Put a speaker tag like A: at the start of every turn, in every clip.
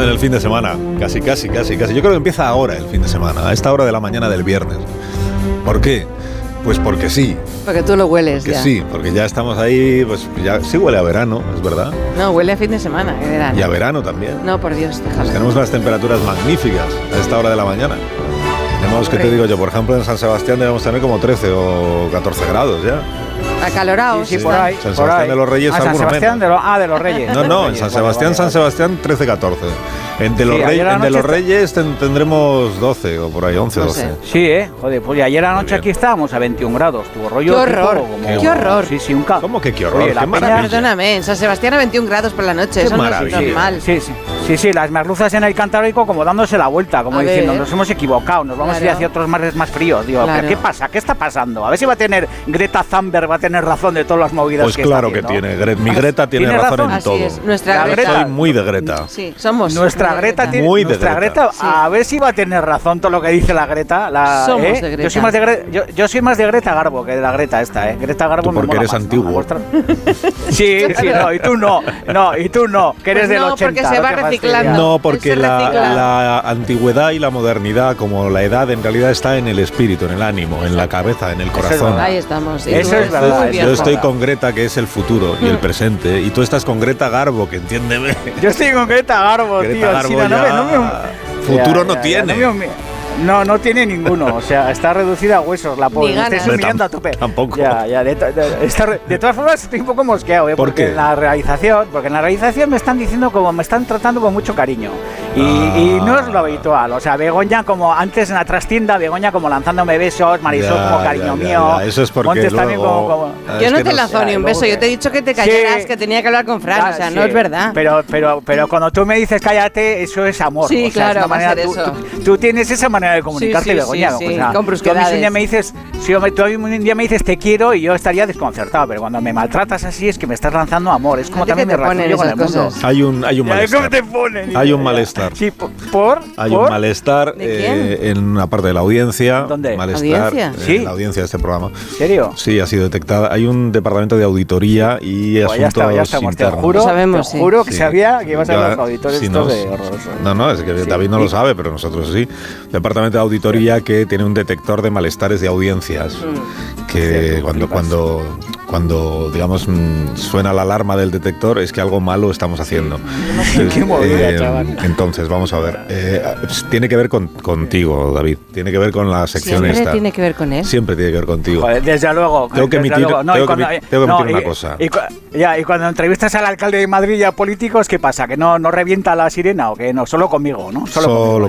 A: el fin de semana. Casi, casi, casi, casi. Yo creo que empieza ahora el fin de semana, a esta hora de la mañana del viernes. ¿Por qué? Pues porque sí,
B: Porque tú lo hueles
A: que
B: ya.
A: sí, porque ya estamos ahí, pues ya sí huele a verano, es verdad,
B: No, huele a fin de semana, que verano.
A: y a verano también.
B: No, por Dios, déjalo.
A: Tenemos unas temperaturas magníficas a esta hora de la mañana. Tenemos, que te
B: Hombre.
A: digo yo, por ejemplo, en San Sebastián debemos tener como 13 o 14 grados ya.
B: Acaloraos.
C: Sí, sí,
B: ¿no?
C: por ahí.
A: San
C: por
A: Sebastián
C: ahí.
A: de los Reyes,
C: Ah, San
A: alguno
C: Sebastián
A: menos.
C: de los, ah, de los Reyes.
A: No,
C: De
A: no,
C: los
A: en
C: Reyes,
A: San
C: vale,
A: Sebastián,
C: vale,
A: San
C: vale.
A: Sebastián 13-14. En De los,
C: Sí,
A: Rey-
C: ayer a la
A: en
C: noche
A: de los
C: está-
A: Reyes ten- tendremos 12 o por ahí, 11,
B: No
A: 12.
B: sé.
C: Sí, eh, joder, pues y ayer anoche
A: bien.
C: aquí estábamos a 21 grados, tuvo rollo.
B: Qué
C: tipo
B: horror,
C: como-
B: qué horror.
C: Sí, sí, un ca-
A: ¿Cómo que qué horror?
C: Oye, la
A: Qué
C: peña-
A: maravilla.
B: Perdóname, en San Sebastián a 21 grados por la noche,
A: Qué
B: eso no es
A: maravilla.
B: normal.
C: Sí, sí, sí, sí, las merluzas en el Cantábrico como dándose la vuelta, como
B: A
C: diciendo,
B: ver.
C: nos hemos equivocado, nos vamos a ir
B: Claro.
C: hacia otros mares más fríos. Digo,
B: Claro.
C: ¿pero qué pasa? ¿Qué está pasando? A ver si va a tener Greta Thunberg, va a tener razón de todas las movidas
A: Pues
C: que
A: claro
C: está
A: que
C: haciendo.
A: tiene. Gre- Mi Greta tiene
C: ¿Tiene
A: razón
C: razón?
A: en
B: Así
A: todo.
B: es, nuestra
C: La
B: Greta.
A: Soy muy de Greta.
B: Sí, somos.
C: Nuestra
B: muy
C: Greta tiene
A: Muy de
C: nuestra
A: Greta.
C: Greta. A ver si va a tener razón todo lo que dice la Greta. la-
B: Somos
C: ¿eh?
B: de Greta.
C: Yo soy más de Greta, yo, yo soy más de Greta Garbo que de la Greta esta, ¿eh? Greta Garbo
A: Tú
C: me
A: porque
C: mola
A: eres
C: más, ¿no?
A: antiguo.
C: A vuestra- sí, sí, no, y tú no. No, y tú no, que eres
B: Pues
C: del
B: no,
C: 80.
B: porque se va
C: te fastidies.
B: reciclando.
A: No, porque
B: Él se
A: la,
B: recicla.
A: la antigüedad y la modernidad, como la edad, en realidad está en el espíritu, en el ánimo, en la cabeza, en el
C: es
A: corazón.
C: verdad.
B: Ahí estamos. y
C: Eso
B: tú
C: es
B: eres muy
C: verdad, eso
B: viejo.
A: Yo estoy
C: verdad. Mm.
A: con Greta, que es el futuro y el presente, y tú estás con Greta Garbo, que entiéndeme.
C: Yo estoy con Greta Garbo,
A: Greta
C: tío.
A: Garbo
C: Sina, no me- no me-
A: ya futuro no tiene.
C: no, me humi- no, no tiene ninguno. O sea, está reducida a huesos la pobre.
B: Ni
C: me
B: ganas.
C: Estáis humillando
A: Hombre,
C: a tope.
A: tam- tampoco.
C: Ya, ya, de, to- de- está re- de todas formas, estoy un poco mosqueado, ¿eh?
A: ¿Por
C: porque
A: qué?
C: en la realización, porque en la realización me están diciendo como me están tratando con mucho cariño. Y, y
A: Ah.
C: no es lo habitual. O sea, Begoña como antes en la trastienda, Begoña como lanzándome besos, Marisol
A: Ya,
C: como cariño
A: ya, ya,
C: mío.
A: ya. Eso es porque
C: Montes también
A: luego-
C: como- como
A: Ah,
B: Yo
A: es
B: no
A: que
B: te he
A: no
B: lanzado
C: sé.
B: ni un
C: Luego
B: beso,
C: que-
B: yo te he dicho que te
C: Sí.
B: callaras, que tenía que hablar con Fran,
C: Ah,
B: o sea,
C: sí.
B: no es verdad.
C: Pero, pero, pero cuando tú me dices cállate, eso es amor.
B: Sí,
C: O sea, es
B: claro,
C: una
B: va a
C: manera-
B: ser
C: tú,
B: eso.
C: tú- tú tienes esa manera de comunicarte,
B: Sí, sí,
C: Begoña.
B: sí, sí,
C: o sea,
B: con
C: tú a mí si un día
B: brusquedades.
C: me dices, si yo me- tú a mí un día me dices te quiero y yo estaría desconcertado, pero cuando me maltratas así es que me estás lanzando amor. Es como
B: ¿A ti qué
C: también me
B: te ponen
C: relaciono con el
B: esas
C: mundo.
B: cosas?
A: Hay un, hay un
C: Ya, ¿Cómo
A: malestar.
C: te ponen?
A: Hay un malestar.
C: Sí, po- por.
A: Hay
C: por-
A: un malestar
B: ¿De quién?
A: eh, en una parte de la audiencia.
C: ¿Dónde?
A: Malestar
B: ¿Audiencia?
A: en
C: Sí.
A: la audiencia de este programa.
C: ¿En serio?
A: Sí, ha sido detectada. Hay un departamento de auditoría y
C: Pues ya
A: asuntos
C: está, ya estamos. Te
A: internos.
C: juro,
B: Lo sabemos,
C: te
B: sí.
C: juro que
A: Sí.
C: sabía que ibas a
A: Ya,
C: ver los auditores
A: si
C: estos
A: no,
C: de horrorosos.
A: No, no, es que
C: Sí.
A: David no lo
C: Y-
A: sabe, pero nosotros sí. Departamento de auditoría que tiene un detector de malestares de audiencias. Que
C: Mm. Sí,
A: cuando,
C: flipas.
A: cuando, cuando, digamos, mm, suena la alarma del detector, es que algo malo estamos haciendo. eh,
C: Qué movida, chaval.
A: Entonces, vamos a ver. Eh, tiene que ver con- contigo, David. Tiene que ver con la sección
B: Siempre
A: esta.
B: tiene que ver con eso.
A: Siempre tiene que ver contigo.
C: Joder, desde luego. eh,
A: Tengo que
C: desde
A: emitir-
C: luego.
A: tengo
C: y
A: que emi- tengo que emitir
C: y-
A: una cosa.
C: Y, cua- ya, y cuando entrevistas al alcalde de Madrid y a políticos, ¿qué pasa? ¿Que no, no revienta la sirena o que no? Solo conmigo, ¿no?
A: Solo,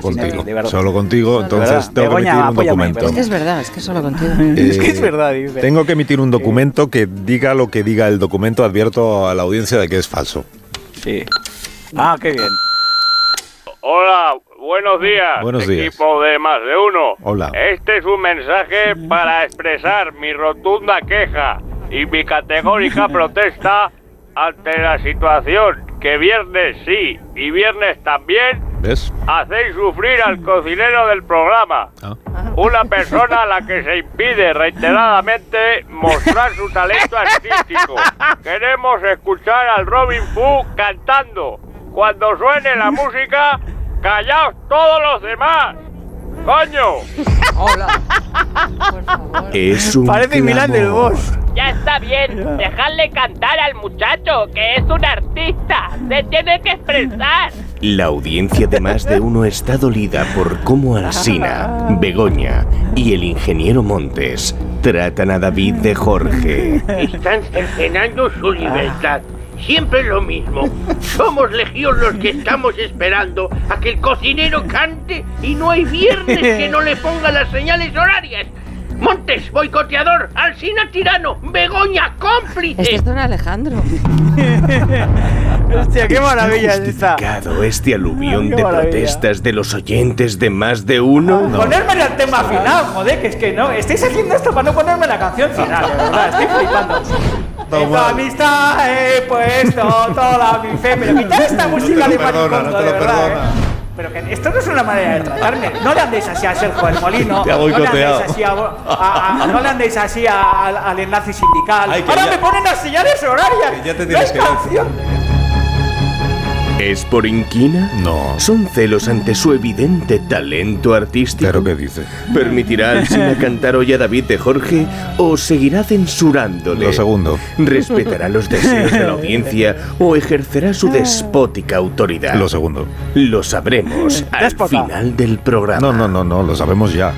C: sin
A: contigo.
C: él, de verdad.
A: solo contigo. Entonces
C: verdad.
A: tengo que
C: Begoña,
A: emitir un
C: apóyame,
A: documento.
C: Begoña.
B: Es verdad, es que solo contigo.
C: es que
A: Eh,
C: es verdad, dice.
A: Tengo que emitir un documento que diga lo que diga el documento. Advierto a la audiencia de que es falso.
C: Sí. Ah, qué bien.
D: Hola, buenos días.
A: Buenos días.
D: Equipo de más de uno.
A: Hola.
D: Este es un mensaje para expresar mi rotunda queja y mi categórica protesta ante la situación que viernes sí y viernes también
A: ¿Ves?
D: hacéis sufrir al cocinero del programa.
A: Ah.
D: Una persona a la que se impide reiteradamente mostrar su talento artístico. Queremos escuchar al Robin Fu cantando. Cuando suene la música, callaos todos los demás. ¡Coño!
A: Es un
C: Parece Milán del Bosch.
E: Ya está bien, dejadle cantar al muchacho, que es un artista, se tiene que expresar.
F: La audiencia de más de uno está dolida por cómo Alsina, Begoña y el ingeniero Montes tratan a David de Jorge.
G: Están cercenando su libertad. Siempre lo mismo. Somos legión los que estamos esperando a que el cocinero cante y no hay viernes que no le ponga las señales horarias. Montes, boicoteador, Alsina tirano, Begoña cómplice.
B: Este es don Alejandro.
C: Hostia, qué maravilla es esta.
F: Justificado este aluvión
C: Qué
F: de
C: maravilla.
F: protestas de los oyentes de más de uno.
C: Ponerme en el tema final, joder, que es que no. Estáis haciendo esto para no ponerme la canción final, de verdad. Estoy flipando. Toda amistad he puesto toda mi fe. Pero quitad esta música
A: lo
C: de
A: perdona,
C: maricondo,
A: no te
C: de
A: lo
C: verdad,
A: perdona.
C: ¿eh? Pero que esto no es una manera de tratarme. No le andéis así a Sergio del Molino.
A: Te ha
C: no le
A: boicoteado.
C: andéis así, a, a- a- no le andéis así a- al, al enlace sindical.
A: Ay, que
C: Ahora
A: ya-
C: me ponen las señales horarias.
A: que ya te
C: No
A: tienes
C: hay
A: que ir al
C: canción.
F: ¿Es por inquina?
A: No.
F: Son celos ante su evidente talento artístico.
A: Pero ¿qué dice?
F: ¿Permitirá al Sina cantar hoy a David de Jorge o seguirá censurándole?
A: Lo segundo.
F: ¿Respetará los deseos de la audiencia o ejercerá su despótica autoridad?
A: Lo segundo.
F: Lo sabremos al
C: Déspota.
F: final del programa.
A: No, no, no, no, lo sabemos ya.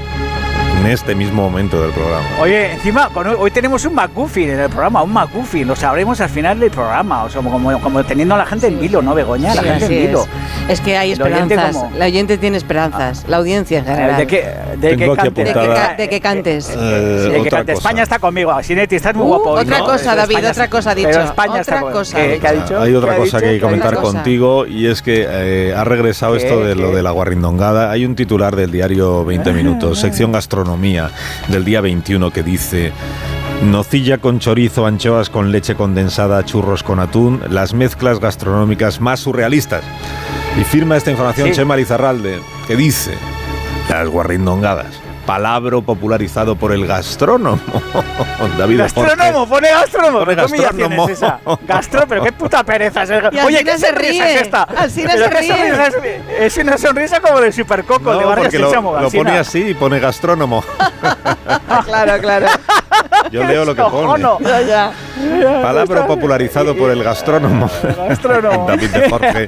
A: En este mismo momento del programa.
C: Oye, encima, con- hoy tenemos un McGuffin en el programa, un McGuffin, lo sabremos al final del programa, o sea, como, como teniendo a la gente en vilo, ¿no, Begoña? La
B: Sí,
C: gente
B: así
C: en vilo.
B: es. Es que hay
C: El oyente
B: esperanzas.
C: como-
B: La oyente tiene esperanzas. La audiencia en
C: Eh,
B: general.
C: ¿De qué, de qué
A: Tengo aquí
C: cantes?
B: De que,
A: apuntada-
B: ca- de que cantes.
A: Eh,
C: Sí, de que
A: otra
C: cante.
A: cosa.
C: España está conmigo. Sinetti, estás muy
B: Uh,
C: guapo. hoy,
B: otra
C: ¿no?
B: cosa, David,
C: España-
B: otra cosa ha dicho.
C: Pero España
B: Otra
C: está con-
B: cosa.
C: ¿Qué, qué ha dicho?
A: Hay otra
C: ¿Qué ha
A: cosa que
C: dicho?
A: hay que
C: ¿Qué ha dicho?
A: comentar
B: cosa?
A: contigo y es que eh, ha regresado
C: ¿Qué?
A: esto de
C: ¿Qué? Ah.
A: lo de la guarrindongada. Hay un titular del diario 20 Minutos, sección gastronomía del día 21 que dice... Nocilla con chorizo, anchoas con leche condensada, churros con atún, las mezclas gastronómicas más surrealistas. Y firma esta información
C: Sí.
A: Chema Lizarralde, que dice, las guarrindongadas, palabra popularizado por el gastrónomo David de Jorge.
C: Gastrónomo, pone gastrónomo.
A: Pone
C: ¿Qué combinación
A: gastrónomo.
C: es esa? Gastro, pero qué puta pereza es el
B: Y
C: Oye,
B: Alcina
C: ¿qué
B: se
C: sonrisa
B: ríe.
C: es esta?
B: Alcina
C: Pero
B: se
C: qué
B: ríe.
C: sonrisa Es, es una sonrisa como de supercoco, de
A: No,
C: Vargas
A: porque lo,
C: Sésamo,
A: lo
C: Alcina.
A: pone así, pone gastrónomo.
B: Ah, claro, claro.
A: Yo leo lo que pone.
C: Descojono.
B: Ya, ya.
A: Palabra popularizado por el gastrónomo.
C: Gastrónomo.
A: David de Jorge.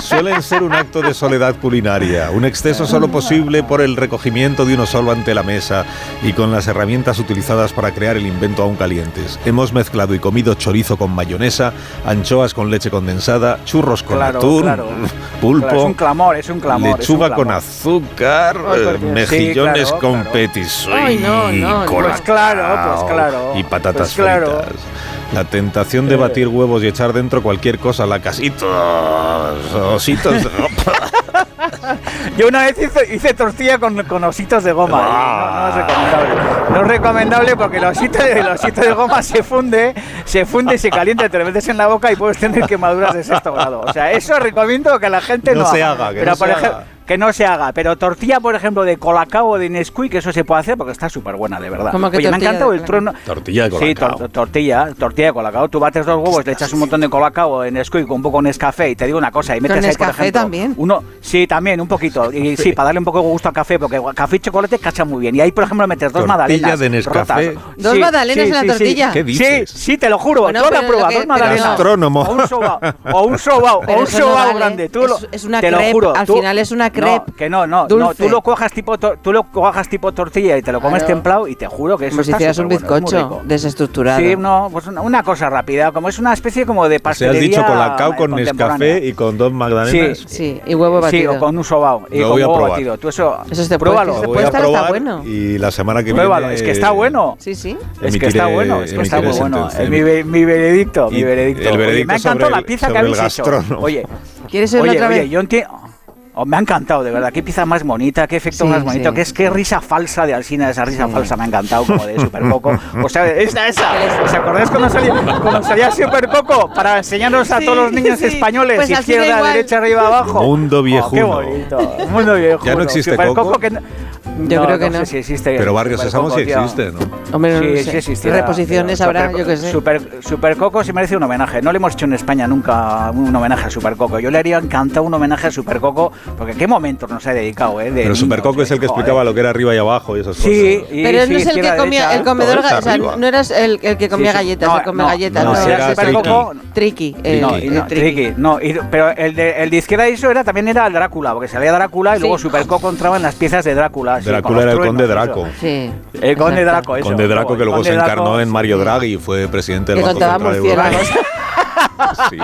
A: Suelen ser un acto de soledad culinaria, un exceso solo posible por el recogimiento de uno solo ante la mesa y con las herramientas utilizadas para crear el invento aún calientes. Hemos mezclado y comido chorizo con mayonesa, anchoas con leche condensada, churros con
C: Claro,
A: atún,
C: claro.
A: pulpo.
C: Claro, es un clamor, es un clamor. es un
A: Lechuga
C: clamor.
A: con azúcar,
C: Ay, por
A: eh,
C: Dios.
A: mejillones
C: Sí, claro,
A: con
C: claro.
A: petisui
B: Ay, no, no,
A: colacao
C: Pues claro, pues claro.
A: Y patatas
C: Pues claro. Eh.
A: fritas. La tentación de batir huevos y echar dentro cualquier cosa, lacasitos, ositos.
C: Yo una vez hice, hice tortilla con, con ositos de goma.
A: Ah.
C: y No, no es recomendable. No es recomendable porque el osito, el osito de goma se funde, se funde, se calienta tres veces en la boca y puedes tener quemaduras de sexto grado. O sea, eso recomiendo que la gente no,
A: No se haga, que
C: Pero
A: no
C: por
A: se
C: ejem-
A: haga.
C: Que no se haga, pero tortilla, por ejemplo, de colacao o de Nesquik, eso se puede hacer porque está súper buena, de verdad.
B: ¿Cómo que
C: Oye, me ha
B: tortilla de
C: encantado el
B: colacao?
C: trono.
A: Tortilla de
C: Sí,
A: colacao.
C: tor- tortilla, tortilla de colacao. Tú bates dos huevos, le echas un montón de colacao en Nesquik, un poco en Nescafé y te digo una cosa, y metes ahí, por
B: Nescafé
C: ejemplo,
B: también?
C: uno, sí, también, un poquito. Y sí, para darle un poco de gusto al café, porque gua- café y chocolate cacha muy bien. Y ahí, por ejemplo, metes dos
A: Tortilla
C: magdalenas.
A: de Nescafé.
C: rotas.
B: ¿Dos
C: Sí,
B: magdalenas
C: sí,
B: en la
C: sí, sí.
B: tortilla?
A: ¿Qué dices?
C: Sí, sí, te lo juro.
B: Bueno,
C: toda la
B: pero lo
C: prueba,
B: que-
C: dos
B: pero
C: magdalenas.
A: no. Gastrónomo.
C: O un sobao, o un sobao,
B: Pero
C: o un
B: eso no
C: sobao
B: vale.
C: grande. Tú lo-
B: Es- es una
C: te lo
B: crepe,
C: juro,
B: al
C: tú-
B: final es una crepe
C: No, que no, no, no.
B: dulce.
C: Tú lo cojas tipo, tor- tú lo cojas tipo tortilla y te lo comes
B: Claro.
C: templado y te juro que eso
B: Como si
C: está
B: hicieras un
C: superbueno, es muy
B: bizcocho
C: rico.
B: desestructurado.
C: Sí, no, pues una, una cosa rápida, como es una especie como de
A: Se has
C: pastelería.
A: dicho colacao
C: eh,
A: con
C: contemporánea.
A: Nescafé y con dos magdalenas.
C: Sí.
B: Sí, y huevo
C: Sí,
B: batido.
C: o con un sobao y
A: Lo
C: con
A: voy a
C: huevo
A: probar.
C: batido. Tú eso,
B: Eso se puede-
C: pruébalo.
B: eso se
A: Pues, Lo
B: puede-
A: voy a
B: estar, está
A: probar
B: bueno.
A: y la semana que
C: Pruébalo,
A: viene...
C: es que está bueno.
B: Sí, sí.
C: Es que está
A: emitiré-
C: bueno, es que está muy
A: emitiré
C: bueno.
A: sentencia.
C: Es mi, ve- mi veredicto,
A: Y
C: mi veredicto.
A: el
C: Oye,
A: veredicto
C: me ha encantado
A: sobre
C: la
A: el-
C: pizza que
A: sobre el
C: habéis hecho.
A: gastrónomo.
C: Oye,
B: ¿Quieres oírlo
C: oye,
B: otra
C: oye,
B: vez?
C: yo entiendo. oh, me ha encantado, de verdad. Qué pizza más bonita, qué efecto
B: Sí,
C: más bonito.
B: sí.
C: Qué, es, qué risa falsa de Alcina, esa risa falsa me ha encantado, como de Supercoco. O sea, esa, esa. ¿Os acordáis cuando salía, cuando salía Supercoco? Para enseñarnos a
B: Sí,
C: todos los niños
B: sí.
C: españoles,
B: Pues Alsina
C: izquierda,
B: igual.
C: derecha, arriba, abajo.
A: Mundo viejuno.
C: Oh, qué bonito. Mundo viejuno.
A: existe
C: Supercoco
A: Coco.
C: que no-
B: Yo creo que
C: no.
B: no.
C: sé si existe
A: Pero Barrio Sésamo
C: Supercoco,
A: sí
C: tío.
A: existe, ¿no?
B: Hombre, no, no
C: Sí,
B: sé.
C: sí existirá,
B: Reposiciones
C: pero
B: habrá,
C: Superco-
B: yo qué sé.
C: Super, Supercoco sí merece un homenaje. No le hemos hecho en España nunca un homenaje a Supercoco. Yo le haría encantado un homenaje a Supercoco, porque qué momentos nos ha dedicado, ¿eh?
A: Pero Supercoco es el que explicaba lo que era arriba y abajo y esas cosas.
C: Sí, y-
B: Pero no
C: sí,
B: es el que
C: izquierda,
B: comía
C: derecha.
B: el comedor,
A: Todo está
B: ga- o sea,
A: arriba.
B: no eras el, el que comía
C: Sí, sí.
B: galletas,
C: No,
B: el come
C: no,
B: galletas,
A: no,
B: no,
A: si
B: era
A: era
B: Supercoco, triqui, eh, el,
C: No,
A: Triqui.
C: y no,
B: el triqui.
C: Triqui, no, y- pero el de, el de izquierda eso era también era el Drácula, porque salía Drácula y
B: Sí.
C: luego Supercoco entraba en las piezas de Drácula. sí, con
A: Drácula
C: los
A: era el
C: truenos,
A: conde
C: eso.
A: Draco.
B: Sí.
C: El conde
B: exacto.
C: Draco, eso.
A: Conde Draco que luego
C: Conde
A: se encarnó
C: Draco,
A: en Mario Draghi y fue presidente del
B: Que
A: Banco
B: contaba
A: Central Europeo.
B: murciélagos.
A: Sí.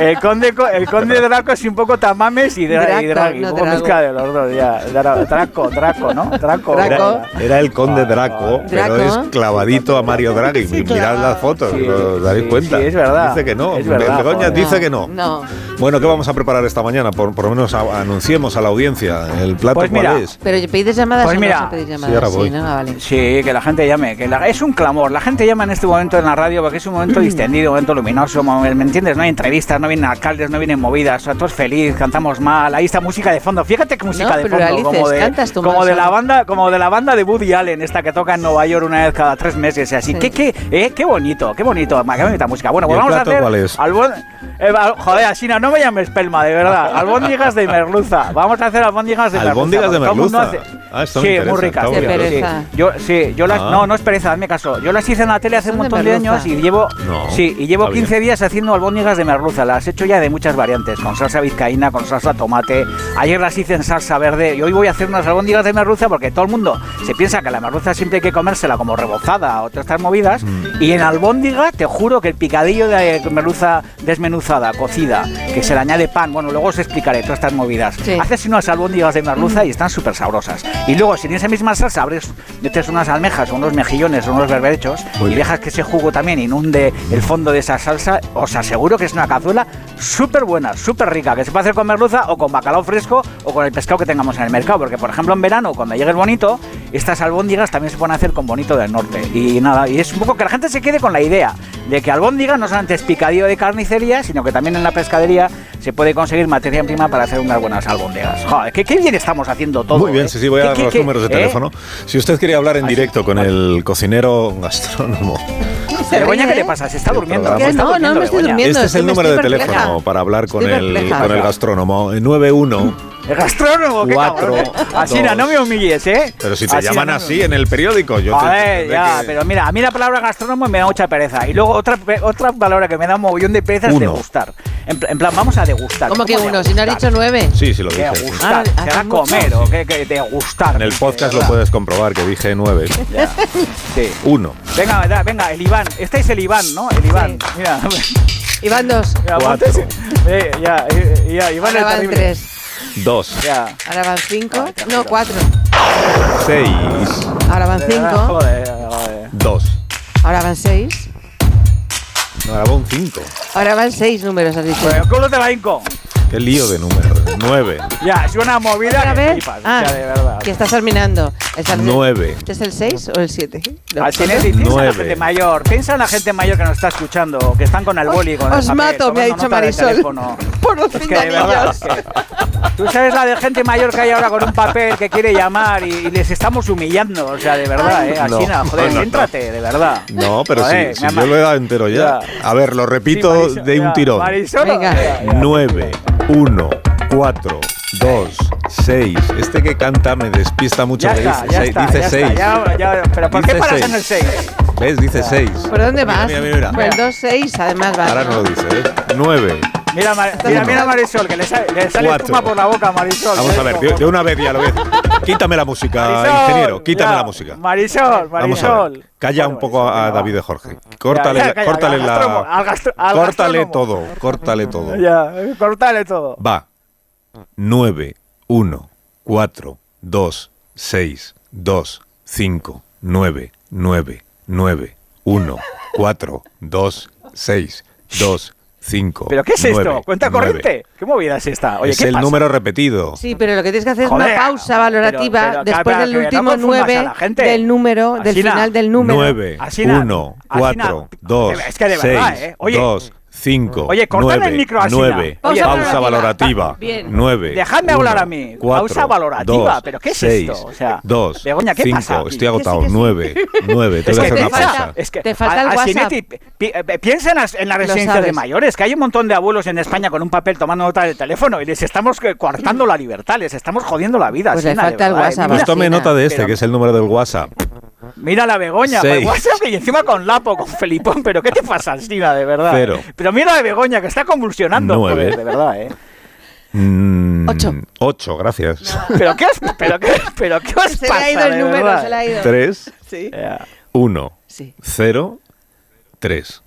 C: El conde, co- el conde Draco es un poco tamames y, dra
B: Draco,
C: y Draghi.
B: no
C: un poco
B: Drago.
C: mezcla de los dos, ya. Dra- Draco, Draco, ¿no? Draco.
B: Draco.
A: Era, era el conde Draco, pero
B: Draco.
A: es clavadito a Mario Draghi. Mirad las fotos,
C: Sí,
A: os daréis
C: sí,
A: cuenta.
C: sí, es verdad.
A: Dice que no.
C: Es verdad,
A: Begoña
C: joder.
A: dice que no.
B: No.
A: Bueno, ¿qué vamos a preparar esta mañana? Por, por lo menos a- anunciemos a la audiencia el plato
C: Pues
A: cuál
C: mira,
A: es.
B: Pero pides llamadas
C: Pues
B: o
C: mira,
B: no vas a pedir
A: sí,
B: llamadas.
A: ahora voy.
B: ¿no? Ah, vale.
C: Sí, que la gente llame. Que la- es un clamor. La gente llama en este momento en la radio porque es un momento distendido, un momento luminoso. mo- ¿Me entiendes? No hay entrevistas, no vienen alcaldes, no vienen movidas. O sea, todos feliz, cantamos mal. Ahí está música de fondo. Fíjate qué música
B: No,
C: de
B: pero
C: fondo.
B: realices,
C: como de,
B: cantas tú
C: como
B: mal
C: de la
B: solo.
C: banda, como de la banda de Woody Allen, esta que toca en Nueva York una vez cada tres meses. y Así.
B: Sí.
C: ¿Qué, qué, eh? qué bonito, qué bonito. ma- Qué bonita música. Bueno,
A: ¿Y
C: pues
A: el
C: vamos
A: plato
C: a hacer.
A: cuál es?
C: al buen- eh, va- joder, Asina, no me llames pelma, de verdad. Albóndigas de merluza. Vamos a hacer albóndigas de merluza.
A: Albóndigas de
C: Todo el mundo
A: merluza. Ah, esto me
C: sí,
A: interesa,
C: muy ricas.
A: está
B: Qué
C: sí,
B: muy bien.
C: sí.
B: pereza.
C: Yo, sí, yo las,
A: Ah.
C: no, no es pereza, hazme caso. Yo las hice en la tele hace un
B: Son de
C: montón de
B: merluza.
C: años y llevo,
A: No,
C: sí, y llevo
A: está bien.
C: 15 días haciendo albóndigas de merluza. Las he hecho ya de muchas variantes, con salsa vizcaína, con salsa tomate. Ayer las hice en salsa verde y hoy voy a hacer unas albóndigas de merluza porque todo el mundo se piensa que la merluza siempre hay que comérsela como rebozada o todas estas movidas.
A: Mm.
C: Y en albóndiga, te juro que el picadillo de merluza desmenuzada, cocida, que se le añade pan, bueno, luego os explicaré todas estas movidas.
B: Sí.
C: Haces unas albóndigas de merluza y están súper sabrosas. Y luego, si en esa misma salsa abres, metes unas almejas, o unos mejillones, o unos berberechos, y
A: Muy bien.
C: dejas que ese jugo también inunde el fondo de esa salsa, os aseguro que es una cazuela súper buena, súper rica, que se puede hacer con merluza o con bacalao fresco o con el pescado que tengamos en el mercado. Porque, por ejemplo, en verano, cuando llegue el bonito, estas albóndigas también se pueden hacer con bonito del norte. Y nada, y es un poco que la gente se quede con la idea de que albóndigas no solamente es picadillo de carnicería, sino que también en la pescadería se puede conseguir materia prima para hacer unas buenas albóndigas. Joder, qué, qué bien estamos haciendo todo.
A: Muy bien,
C: ¿eh?
A: sí, sí, voy a
C: ¿Qué-
A: dar
C: qué-
A: los
C: qué-
A: números de
C: eh?
A: teléfono. Si usted quiere hablar en
C: Ah, sí.
A: directo con el cocinero gastrónomo,
B: Se
C: Begoña,
B: ríe,
C: ¿qué le
B: ¿eh?
C: pasa? Se está durmiendo.
A: programa.
C: se está
B: No, no, me estoy
C: Begoña.
B: Entiendo,
A: este es
B: sí,
A: el
B: me
A: número de
B: estoy
A: teléfono
B: perpleja.
A: para hablar con
B: Estoy
A: el,
B: perpleja.
A: con el gastrónomo. eh, 91.
C: El gastrónomo, qué
A: Cuatro,
C: cabrón. Asina,
A: dos.
C: no me humilles, ¿eh?
A: Pero si te
C: Asina,
A: llaman
C: no me
A: así en el periódico, yo te-
C: A ver,
A: tendré
C: ya,
A: que-
C: pero mira, a mí la palabra gastrónomo me da mucha pereza. Y luego otra, pe- otra palabra que me da un mogollón de pereza es
A: Uno.
C: degustar. En, pl- en plan, vamos a degustar.
B: ¿Cómo que uno? Si no
C: degustar?
B: has dicho nueve.
A: Sí, sí, lo dije.
C: Degustar,
B: Ah,
C: será
B: hace mucho.
C: comer o que, que degustar.
A: En el podcast lo puedes comprobar, que dije 9.
C: Sí.
A: 1,
C: Venga, da- venga, el Iván. Este es el Iván, ¿no? El Iván.
B: Sí.
C: Mira,
B: Iván dos.
C: mira,
A: Cuatro.
C: ponte ese- eh, ya, eh, ya, Iván
B: Ahora
C: es
B: van
C: terrible.
B: tres.
A: 2,
C: Ya.
B: Ahora van cinco.
C: Ah,
B: No, cuatro.
A: 6,
B: Ahora van
C: De verdad,
B: cinco.
C: Ah, joder, joder.
A: 2.
B: Ahora van seis.
A: No, ahora va un 5.
B: Ahora van seis números, has dicho.
C: Bueno, ¿Cómo te va, Inco?
A: Qué lío de números. 9,
C: Ya, es una movida
B: ¿Otra
C: que
B: vez?
C: flipas,
B: Ah,
C: ya, de verdad.
B: que estás terminando. Estás-
A: 9,
B: ¿Este es el 6 o el 7?
C: Así es, y piensa en la
A: Nueve.
C: gente mayor, piensa en la gente mayor que nos está escuchando, que están con el boli, con el
B: Os
C: papel,
B: mato, me
C: tomando
B: ha dicho
C: nota de
B: Marisol.
C: teléfono.
B: Por los
C: Es que de verdad,
B: pinganillos.
C: es que- Tú sabes la de gente mayor que hay ahora con un papel que quiere llamar y, y les estamos humillando, o sea, de verdad, eh,
A: No.
C: Asina, joder,
A: No, no,
C: céntrate, de verdad.
A: No, pero
C: Joder,
A: sí,
C: me
A: sí,
C: ama-
A: yo lo he dado entero ya.
C: Ya.
A: A ver, lo repito
C: Sí, Marisol,
A: de un
C: ya,
A: tirón.
C: Marisol, eh,
B: Venga.
C: ya, ya.
A: 9, 1, 4, 2, 6. Este que canta me despista mucho.
C: Ya
A: que
C: está,
A: dice
C: ya
A: seis-
C: está,
A: dice
C: ya
A: 6.
C: está, ya, ya, pero ¿por qué
A: Dice
C: paras en
A: seis.
C: el 6?
A: ¿Ves? Dice 6.
B: ¿Por dónde
A: Mira,
B: vas?
A: mira, mira, mira.
B: Por el 2, 6, además vas.
A: Ahora no lo dice, ¿eh? 9.
C: Mira, Mar- mira, mira a Marisol, que le sale, le sale
A: Cuatro.
C: espuma por la boca a Marisol. eh.
A: Vamos a ver, de, de una vez ya lo ves. Quítame la música,
C: Marisol,
A: ingeniero. Quítame
C: ya.
A: la música.
C: Marisol, Marisol.
A: Vamos a ver. Calla
C: Bueno,
A: un poco
C: Marisol,
A: a, a
C: venga,
A: David
C: va.
A: de Jorge. Córtale,
C: Ya,
A: la-
C: ya, calla,
A: córtale
C: al
A: la.
C: gastrónomo, al gastro- al
A: córtale
C: gastrónomo.
A: todo, córtale todo.
C: Ya, eh, cortale todo.
A: Va. 9, 1, 4, 2, 6, 2, 5, 9, 9, 9, 1, 4, 2, 6, 2, 5.
C: ¿Pero qué es esto? ¿Cuenta corriente? ¿Qué movida es esta? Oye,
A: es
C: ¿qué
A: el
C: pasa?
A: número repetido.
B: Sí, pero lo que tienes que hacer es
C: Joder,
B: una pausa
C: pero-
B: valorativa
C: pero que-
B: después
C: pero
B: del
C: que no
B: último
C: confundas a la
B: 9
C: gente.
B: del número, del
C: Asina.
B: final del número.
A: 9,
C: Asina,
A: 1,
C: Asina,
A: 4, 2,
C: es que de verdad, ¿eh?
A: 6,
C: Oye.
A: 2, 5,
C: Oye, cortale el
A: 9,
C: micro, Asina.
A: 9,
B: Pausa
A: pausa
B: valorativa.
A: valorativa,
B: Ah, Bien.
A: 9.
C: Dejadme hablar a mí. Pausa valorativa, ¿pero qué es esto? O sea,
A: 2,
C: Begoña, ¿qué
A: 5,
C: pasa?
A: estoy
B: Que sí,
A: agotado,
B: que sí.
A: 9, 9, te
C: Es
A: voy a
C: que,
A: hacer una
B: te falta-
A: pausa.
C: piensa, es que
B: Te falta el
C: a-
B: WhatsApp.
C: Asinetti, pi- eh, piensa en las, en las
B: Lo
C: residencias de
B: sabes.
C: mayores, que hay un montón de abuelos en España con un papel tomando nota del teléfono y les estamos eh, coartando la libertad, les estamos jodiendo la vida.
B: Pues le
C: Asina, de
B: falta el
C: verdad, eh.
B: WhatsApp,
A: Pues
B: Mira,
A: tome
B: Asina.
A: nota de este,
C: Pero-
A: que es el número del WhatsApp.
C: Mira la Begoña, con
A: Seis.
C: WhatsApp y encima con Lapo, con Felipón, pero ¿qué te pasa, Alcina, de verdad?
A: Cero.
C: Pero mira la Begoña, que está convulsionando, joder,
A: Nueve.
C: de verdad, ¿eh?
A: 8.
B: Ocho.
A: 8, Mm, gracias.
C: ¿Pero qué os, pero qué, pero qué os
B: Se le
C: pasa,
B: ha ido el
C: de
B: número,
C: verdad? eh?
B: se le ha ido.
A: 3,
B: Sí.
C: Ya.
A: 1,
B: Sí.
A: 0, 3,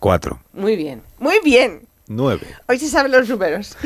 A: 4,
B: Muy bien. Muy bien.
A: 9,
B: Hoy se saben los números.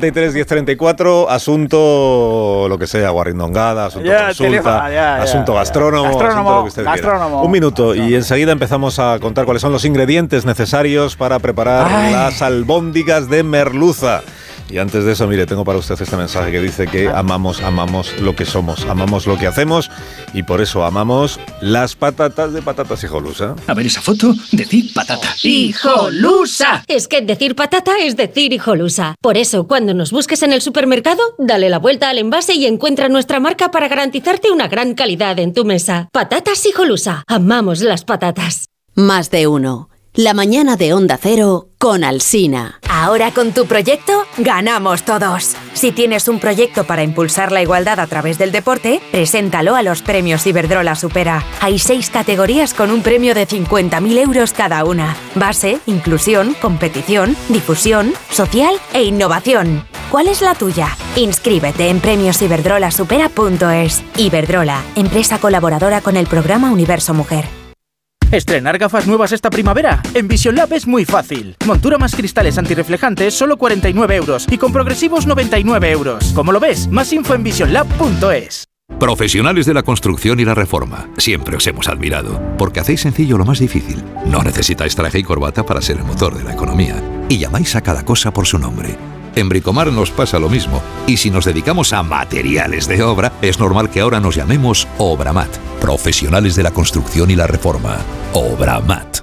A: 609-83-1034, asunto lo que sea, guarrindongada, asunto
C: Ya,
A: consulta,
C: teléfono, ya, ya,
A: asunto
C: ya.
A: gastrónomo,
C: Gastrónomo,
A: asunto lo que usted quiera.
C: gastrónomo.
A: Un minuto y enseguida empezamos a contar cuáles son los ingredientes necesarios para preparar
C: Ay.
A: las albóndigas de merluza. Y antes de eso, mire, tengo para usted este mensaje que dice que amamos, amamos lo que somos, amamos lo que hacemos y por eso amamos las patatas de patatas ¿eh? y jolusa.
H: A ver esa foto, decir patata.
I: ¡Hijolusa!
J: Es que decir patata es decir hijolusa. Por eso, cuando nos busques en el supermercado, dale la vuelta al envase y encuentra nuestra marca para garantizarte una gran calidad en tu mesa. Patatas hijolusa. Amamos las patatas.
I: Más de uno. La mañana de Onda Cero con Alsina.
K: Ahora con tu proyecto ganamos todos. Si tienes un proyecto para impulsar la igualdad a través del deporte, preséntalo a los premios Iberdrola Supera. Hay seis categorías con un premio de 50.000 euros cada una. Base, inclusión, competición, difusión, social e innovación. ¿Cuál es la tuya? Inscríbete en premiosiberdrolasupera.es. Iberdrola, empresa colaboradora con el programa Universo Mujer.
L: ¿Estrenar gafas nuevas esta primavera? En Vision Lab es muy fácil. Montura más cristales antirreflejantes, solo 49 euros. Y con progresivos, 99 euros. Como lo ves, más info en visionlab.es.
M: Profesionales de la construcción y la reforma, siempre os hemos admirado, porque hacéis sencillo lo más difícil. No necesitáis traje y corbata para ser el motor de la economía, y llamáis a cada cosa por su nombre. En Bricomar nos pasa lo mismo, y si nos dedicamos a materiales de obra, es normal que ahora nos llamemos Obramat. Profesionales de la construcción y la reforma, Obramat.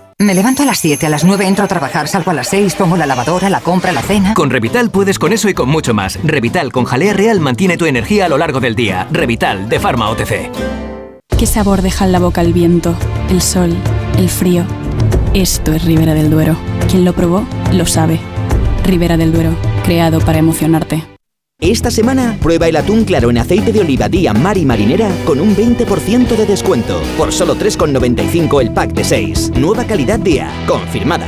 N: Me levanto a las 7, a las 9 entro a trabajar, salgo a las 6, pongo la lavadora, la compra, la cena.
O: Con Revital puedes con eso y con mucho más. Revital con jalea real mantiene tu energía a lo largo del día. Revital de Pharma OTC.
P: ¿Qué sabor deja en la boca el viento, el sol, el frío? Esto es Ribera del Duero. Quien lo probó, lo sabe. Ribera del Duero, creado para emocionarte.
Q: Esta semana prueba el atún claro en aceite de oliva Día Mari Marinera con un 20% de descuento. Por solo 3,95 el pack de 6. Nueva calidad Día. Confirmada.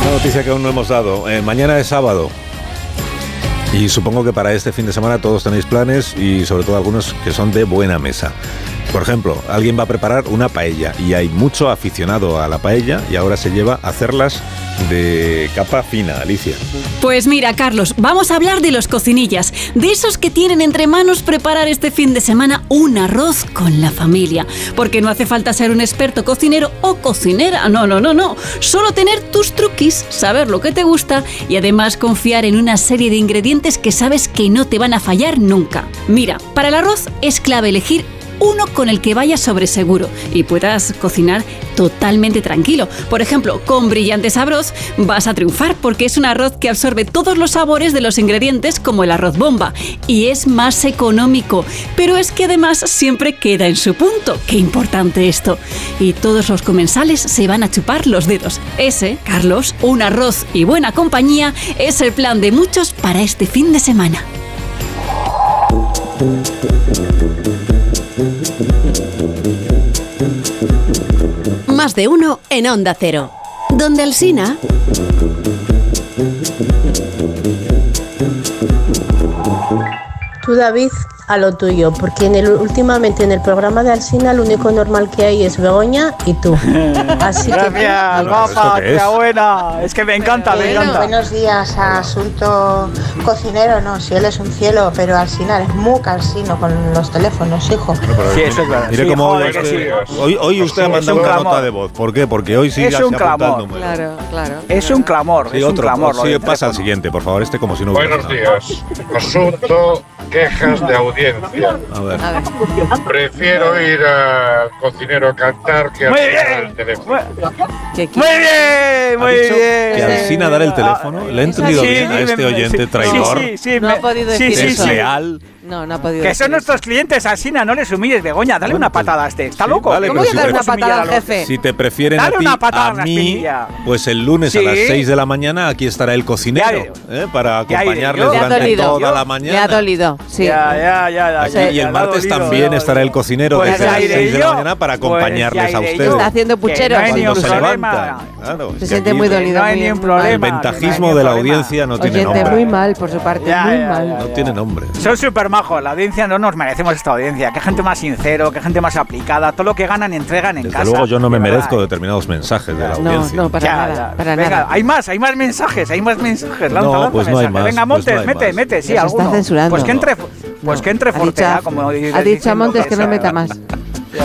A: Una noticia que aún no hemos dado. Eh, mañana es sábado. Y supongo que para este fin de semana todos tenéis planes y sobre todo algunos que son de buena mesa. Por ejemplo, alguien va a preparar una paella y hay mucho aficionado a la paella y ahora se lleva a hacerlas de capa fina, Alicia.
R: Pues mira, Carlos, vamos a hablar de los cocinillas, de esos que tienen entre manos preparar este fin de semana un arroz con la familia. Porque no hace falta ser un experto cocinero o cocinera, no, no, no, no. Solo tener tus truquis, saber lo que te gusta y además confiar en una serie de ingredientes que sabes que no te van a fallar nunca. Mira, para el arroz es clave elegir uno con el que vayas sobre seguro y puedas cocinar totalmente tranquilo. Por ejemplo, con Brillantes Arroz vas a triunfar porque es un arroz que absorbe todos los sabores de los ingredientes como el arroz bomba y es más económico, pero es que además siempre queda en su punto. Qué importante esto. Y todos los comensales se van a chupar los dedos. Ese, Carlos, un arroz y buena compañía es el plan de muchos para este fin de semana.
I: Más de uno en Onda Cero. Donde Alsina.
S: Tú, David, a lo tuyo, porque en el, últimamente en el programa de Alsina lo único normal que hay es Begoña y tú. Así
C: Gracias,
S: que...
C: guapa,
S: ¿esto qué es?
C: tía buena. Es que me encanta, me encanta.
T: Buenos días a Asunto Cocinero, no, si él es un cielo, pero al final es muy calcino con los teléfonos, hijo.
C: Sí, eso es verdad.
A: Mire
C: Sí,
A: cómo hoy,
C: joder, que
A: usted-
C: sí.
A: hoy, hoy usted ha
C: Es
A: mandado
C: un
A: una
C: clamor.
A: nota de voz. ¿Por qué? Porque hoy sí
C: Es
A: se
C: un
A: apunta el
C: clamor.
A: número.
B: Claro, claro.
C: Es un clamor,
A: Sí,
C: es
A: otro.
C: un clamor. lo
A: sí,
C: del
A: pasa al siguiente, por favor. Este como si no hubiera
D: Buenos
A: pasado.
D: días. Asunto quejas de audiencia.
A: A ver.
D: Prefiero ir al cocinero a cantar que a
C: Muy
D: atender el teléfono.
C: Muy bien, muy
A: ¿Ha dicho
C: bien.
A: Que al sin dar el
C: Ah,
A: teléfono, le he entendido
C: Sí,
A: bien a
C: sí,
A: este
C: me-
A: oyente
C: sí,
A: traidor.
C: Sí, sí, sí,
B: No
C: me-
B: ha podido
C: sí,
B: decir
C: sí,
B: eso.
C: sí.
A: Desleal.
B: No, no ha podido
C: Que
B: decir
C: son nuestros clientes, Asina, no les humilles, Begoña, dale una patada a este, está loco.
A: vale,
B: ¿Cómo
A: pues pero
B: voy a dar una
A: prefieres-
B: patada al jefe?
A: Si te prefieren
C: Dale
A: a ti,
C: una patada
A: a
C: en la
A: mí,
C: espinilla.
A: pues el lunes a
C: Sí.
A: las 6 de la mañana aquí estará el cocinero ¿eh? para
C: Ya iré
A: acompañarles
C: yo. Le ha
A: durante
C: dolido.
A: toda la
B: Le ha
A: mañana.
B: dolido, sí.
C: Ya, ya, ya, ya,
A: Aquí,
C: ya, ya,
A: y el
C: le ha
A: martes
C: dolido,
A: también
C: ya,
A: estará el cocinero
C: Pues
A: desde
C: ya
A: las
C: iré
A: 6 de
C: yo.
A: la mañana para
C: Pues
A: acompañarles
C: ya
A: a
C: iré
A: ustedes.
C: yo.
B: Está haciendo
C: Que no hay
B: pucheros.
C: ni
A: Cuando
C: un
A: se
C: problema.
A: levantan. Claro,
B: Se
A: que
B: siente
A: aquí
B: muy dolido.
C: No hay
B: muy-
C: ni un
B: muy
A: El
C: problema.
A: ventajismo de la audiencia no
B: mal.
A: tiene
C: este
B: Oyente, muy
A: nombre.
B: mal por su parte,
C: Ya,
B: muy
C: ya,
B: mal.
C: ya,
A: No
C: ya.
A: tiene nombre.
C: Son súper majos, la audiencia no nos merecemos esta audiencia. Qué gente más sincero, qué gente más aplicada. Todo lo que ganan, entregan en
A: Desde
C: casa.
A: luego yo no me
C: de verdad.
A: merezco determinados mensajes de la audiencia.
B: No, para
C: Ya,
B: nada,
C: ya.
B: para
C: Venga,
B: nada.
C: hay más, hay más mensajes, hay más mensajes. Lanza,
A: No,
C: lanza
A: pues no hay
C: mensajes.
A: más,
C: Venga,
A: pues
C: Montes,
A: no hay
C: mete,
A: más.
C: mete, sí,
B: Nos
C: alguno.
B: está censurando.
C: Pues que entre, pues que entre
B: Ha dicho,
C: Fortea,
B: a-
C: como
B: ha dicho a Montes que no meta más.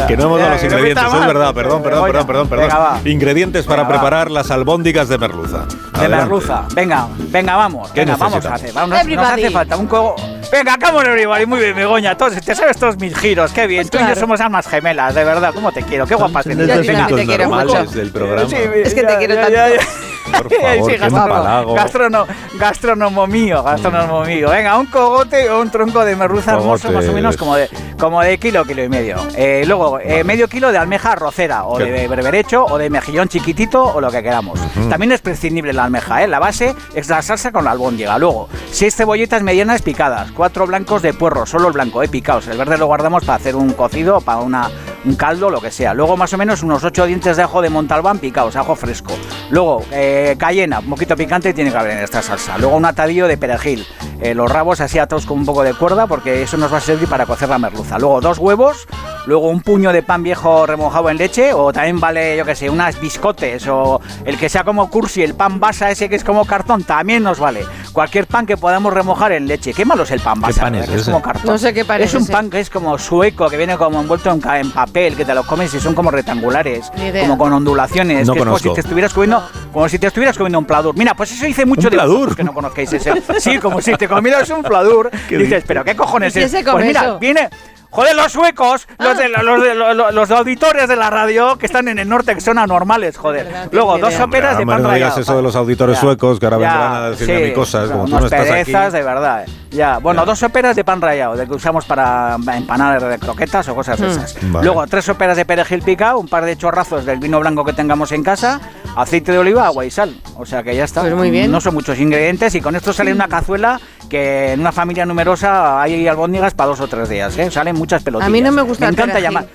A: Que Eh, no hemos dado los ingredientes, es verdad, perdón, perdón, perdón, perdón, perdón.
C: Venga, va.
A: Ingredientes para
C: Venga, va.
A: preparar las albóndigas de merluza.
C: De la
A: Adelante.
C: ruza. Venga, venga, vamos.
A: ¿Qué
C: venga, vamos a
A: necesitas?
C: hacer. Vamos, nos- nos
B: Everybody.
C: hace falta un juego. Venga, come on, everybody. Muy bien, Begoña. Todos, te sabes todos mis giros. Qué bien. Tú y yo
B: Pues claro.
C: somos almas gemelas, de verdad. ¿Cómo te quiero? Qué guapas
A: Son
C: eres.
A: los
C: Venga,
A: defectos
C: quiero
A: normales
C: mucho.
A: del programa.
C: Sí, mira,
B: Es que te quiero
C: ya,
B: tanto.
C: ya, ya.
A: Por favor,
C: Sí,
A: qué empalago.
C: gastrono- gastronomo mío, gastronomo mío. Venga, un cogote o un tronco de merluza hermoso, más o
A: Cogotes.
C: menos como de, como de kilo, kilo y medio. Eh, luego, eh, medio kilo de almeja rocera, o
A: Qué
C: de berberecho, o de mejillón chiquitito, o lo que queramos. También es prescindible la almeja, ¿eh? La base es la salsa con la albóndiga. Luego, seis cebolletas medianas picadas, cuatro blancos de puerro, solo el blanco, ¿eh? Picados. El verde lo guardamos para hacer un cocido, para una, un caldo, lo que sea. Luego, más o menos, unos ocho dientes de ajo de Montalbán picados, ajo fresco. Luego, eh, cayena, un poquito picante tiene que haber en esta salsa. Luego, un atadillo de perejil. Eh, los rabos así atados con un poco de cuerda, porque eso nos va a servir para cocer la merluza. Luego, dos huevos. Luego, un puño de pan viejo remojado en leche. O también vale, yo qué sé, unas biscotes. O el que sea como cursi, el pan basa ese que es como cartón, también nos vale. Cualquier pan que podamos remojar en leche. Qué malo es el pan basa.
A: pan es
C: ¿verdad? Que
A: ese?
C: como cartón.
B: No sé qué
C: Es
B: parece.
C: un pan que es como sueco, que viene como envuelto en, ca- en papel, que te los comes y son como rectangulares,
B: Ni idea.
C: como con ondulaciones,
A: No
C: que es como
A: conozco.
C: si te estuvieras comiendo, como si te estuvieras comiendo un pladur. Mira, pues eso dice mucho
A: ¿Un
C: de
A: pladur?
C: vosotros que no conozcáis ese. Sí, como si te comieras un pladur,
A: ¿Qué
C: dices,
A: dices?
C: pero qué cojones
B: ¿Y quién
C: es.
B: se
C: Pues
B: come
C: mira,
B: eso? Ah.
C: viene Joder, los suecos, los, de, los, de- los- los auditores de la radio que están en el norte, que son anormales, joder. Luego, dos
B: idea.
C: soperas de
A: Hombre,
C: pan
A: no digas
C: rallado.
A: eso de los auditores
C: Ya,
A: suecos que ahora
C: ya,
A: vendrán a decirme a mí
C: sí,
A: cosas. Como tú
C: unas
A: no estás aquí.
C: perezas, de verdad. eh. Ya, bueno, dos soperas de pan rallado, de que usamos para empanar de croquetas o cosas de
B: Hmm.
A: Mm.
C: esas.
A: Vale.
C: Luego, tres soperas de perejil picado, un par de chorrazos del vino blanco que tengamos en casa, aceite de oliva, agua y sal. O sea que ya está.
B: Pues muy bien.
C: No son muchos ingredientes y con esto sale una cazuela que en una familia numerosa hay albóndigas para dos o tres días. ¿eh? Salen muchas pelotillas.
B: A mí no me gusta
C: Me
B: el
C: encanta
B: perejil.
C: llamar.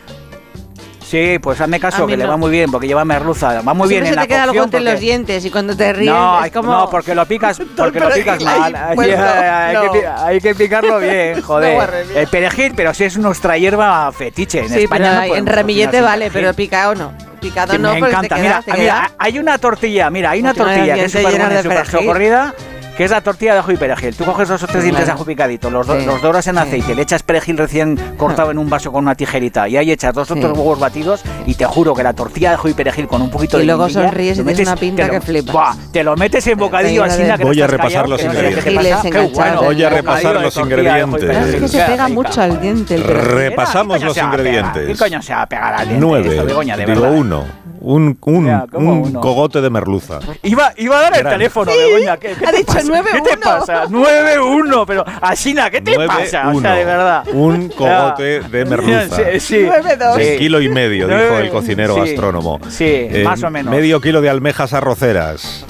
C: Sí, pues hazme caso
B: A mí
C: que le
B: no.
C: va muy bien porque lleva merluza, va muy bien
B: Siempre
C: en
B: se
C: la
B: te queda algo
C: cocción
B: entre los
C: porque-
B: dientes y cuando te ríes
C: no,
B: es
C: hay-
B: como...
C: no, porque lo picas, porque lo
B: perejil
C: picas
B: ahí
C: mal. Ay,
B: puesto.
C: ay, hay,
B: No.
C: que, pi- hay que picarlo bien,
B: No,
C: joder.
B: madre mía.
C: el perejil, pero si es nuestra hierba fetiche. En
B: sí,
C: España
B: pero
C: no
B: en
C: podemos
B: ramillete
C: cocinar sin
B: vale,
C: perejil.
B: pero picado no. Picado
C: Sí,
B: no,
C: me
B: porque
C: encanta.
B: te
C: mira,
B: queda, te queda-
C: mira, hay una tortilla, mira, hay una
B: Porque no hay
C: tortilla que es
B: dientes
C: súper
B: llenos
C: buena y
B: de
C: súper
B: perejil.
C: socorrida, que es la tortilla de ajo y perejil. Tú coges dos o tres dientes de ajo picadito, los, do-
B: Sí,
C: los doras en
B: sí.
C: aceite, le echas perejil recién cortado en un vaso con una tijerita y ahí echas dos o
B: Sí.
C: tres huevos batidos y te juro que la tortilla de ajo y perejil con un poquito
B: Y
C: de
B: luego
C: guindilla,
B: sonríes y
C: lo
B: tienes
C: metes-
B: una pinta
C: te lo-
B: que flipas.
C: Buah, Te lo metes en bocadillo
B: Está
C: así.
B: llena de-
A: Voy a repasar los ingredientes. Voy a repasar los ingredientes.
B: Es que se pega mucho al diente el perejil.
A: Repasamos los
C: ¿Qué
A: ingredientes.
C: coño se va a pegar al diente? esto, Begoña,
A: Nueve,
C: de
A: digo
C: verdad?
A: uno, un, un,
C: Ya, ¿cómo
A: un
C: uno?
A: cogote de merluza.
C: Iba, iba a dar el
A: Grande.
C: teléfono, Begoña. ¿qué, qué
B: ha
C: te
B: dicho
C: pasa? ¿Qué te
B: 9-1.
C: pasa? 9-1, pero Asina, ¿qué te
A: Nueve,
C: pasa? O
A: uno.
C: sea, de verdad.
A: Un cogote de merluza.
C: Sí, sí.
B: Nueve, dos.
A: De
C: Sí.
A: kilo y medio, dijo
C: Nueve,
A: el cocinero
C: sí.
A: gastrónomo. Eh,
C: Sí, más o menos.
A: Medio kilo de almejas arroceras.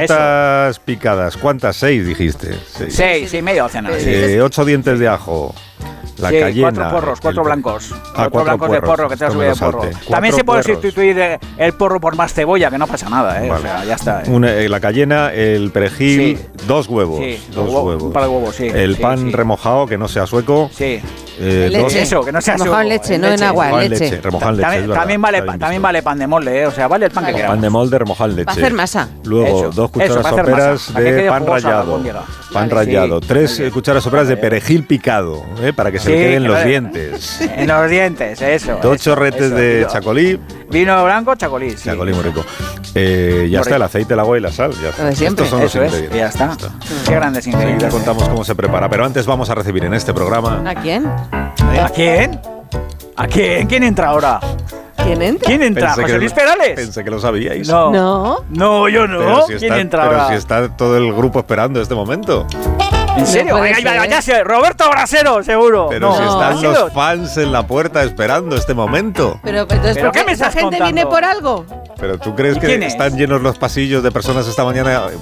A: Cebolletas picadas. ¿Cuántas? Seis, dijiste. Seis.
C: Seis, seis y media docena. sí.
A: Eh, ocho dientes de ajo. La
C: Sí,
A: cayena.
C: cuatro porros, cuatro
A: el-
C: blancos.
A: Ah,
C: cuatro, blancos de
A: puerros,
C: porro que te has
A: esto
C: subido
A: me lo
C: de porro.
A: salté.
C: También
A: Cuatro
C: se puede
A: puerros.
C: sustituir eh, el porro por más cebolla, que no pasa nada, ¿eh? O sea, ya está. ¿eh?
A: Una- eh, la cayena, el perejil, dos huevos.
C: Sí,
A: dos
C: huevo-
A: huevos.
C: un par de huevos, sí,
A: El
C: sí,
A: pan
C: sí.
A: remojado, que no sea sueco.
C: Sí.
A: Eh,
B: Leche.
A: dos-
B: Eso, que no sea Remojado en sueco, leche, en no en leche. agua,
A: Remojado en
B: leche.
A: remojado en leche,
C: también,
A: es verdad.
C: también vale,
A: Está
C: pa-
A: bien
C: también vale pan de molde, ¿eh? O sea, vale el pan que
A: visto.
C: queramos.
A: Pan de molde remojado en leche.
B: hacer masa.
A: Luego,
C: Eso,
A: dos
C: eso,
A: cucharas
C: para hacer
A: soperas
C: masa, para que
A: de
C: quede
A: pan
C: jugosa la
A: rallado.
C: albóndiga. Vale,
A: Pan
C: sí,
A: rallado. Tres eh, cucharas soperas de perejil picado, eh, para que se le
C: Sí,
A: queden
C: que
A: los
C: vale.
A: dientes.
C: En los dientes, eso.
A: Dos
C: eso,
A: chorretes
C: eso,
A: de
C: vino-
A: chacolí.
C: Vino blanco, chacolí, sí.
A: Chacolí muy rico. Eh, ya
C: Muy
A: está, el
C: rico.
A: aceite, el agua y la sal. Ya está.
C: Lo de siempre.
A: Estos son los
C: Eso es,
A: ingredientes.
C: y ya está. Qué grandes
A: Enseguida
C: ingredientes.
A: contamos cómo se prepara, pero antes vamos a recibir en este programa.
B: ¿A quién?
C: ¿A quién? ¿A quién? ¿Quién entra ahora?
B: ¿Quién entra?
C: ¿Quién entra?
A: Pensé que
C: ¿José
A: lo-
C: Luis Perales?
A: Pensé que lo sabíais.
C: No.
B: No.
C: No, yo no.
A: Pero si
C: ¿Quién
A: está,
C: entra
A: pero
C: ahora?
A: si está todo el grupo esperando este momento.
C: ¿En serio?
B: puede
C: Ahí va,
B: ser.
C: ya sé, Roberto Brasero, seguro.
A: Pero
C: No.
A: si
C: ¿Ha
A: están
C: sido?
A: los fans en la puerta esperando este momento.
B: Pero entonces,
C: ¿Pero
B: ¿por
C: qué
B: qué
C: me
B: ¿La
C: estás
B: gente
C: contando?
B: viene por algo?
A: Pero tú crees
C: ¿Y
A: que
C: quién es?
A: están llenos los pasillos de personas esta mañana. eh,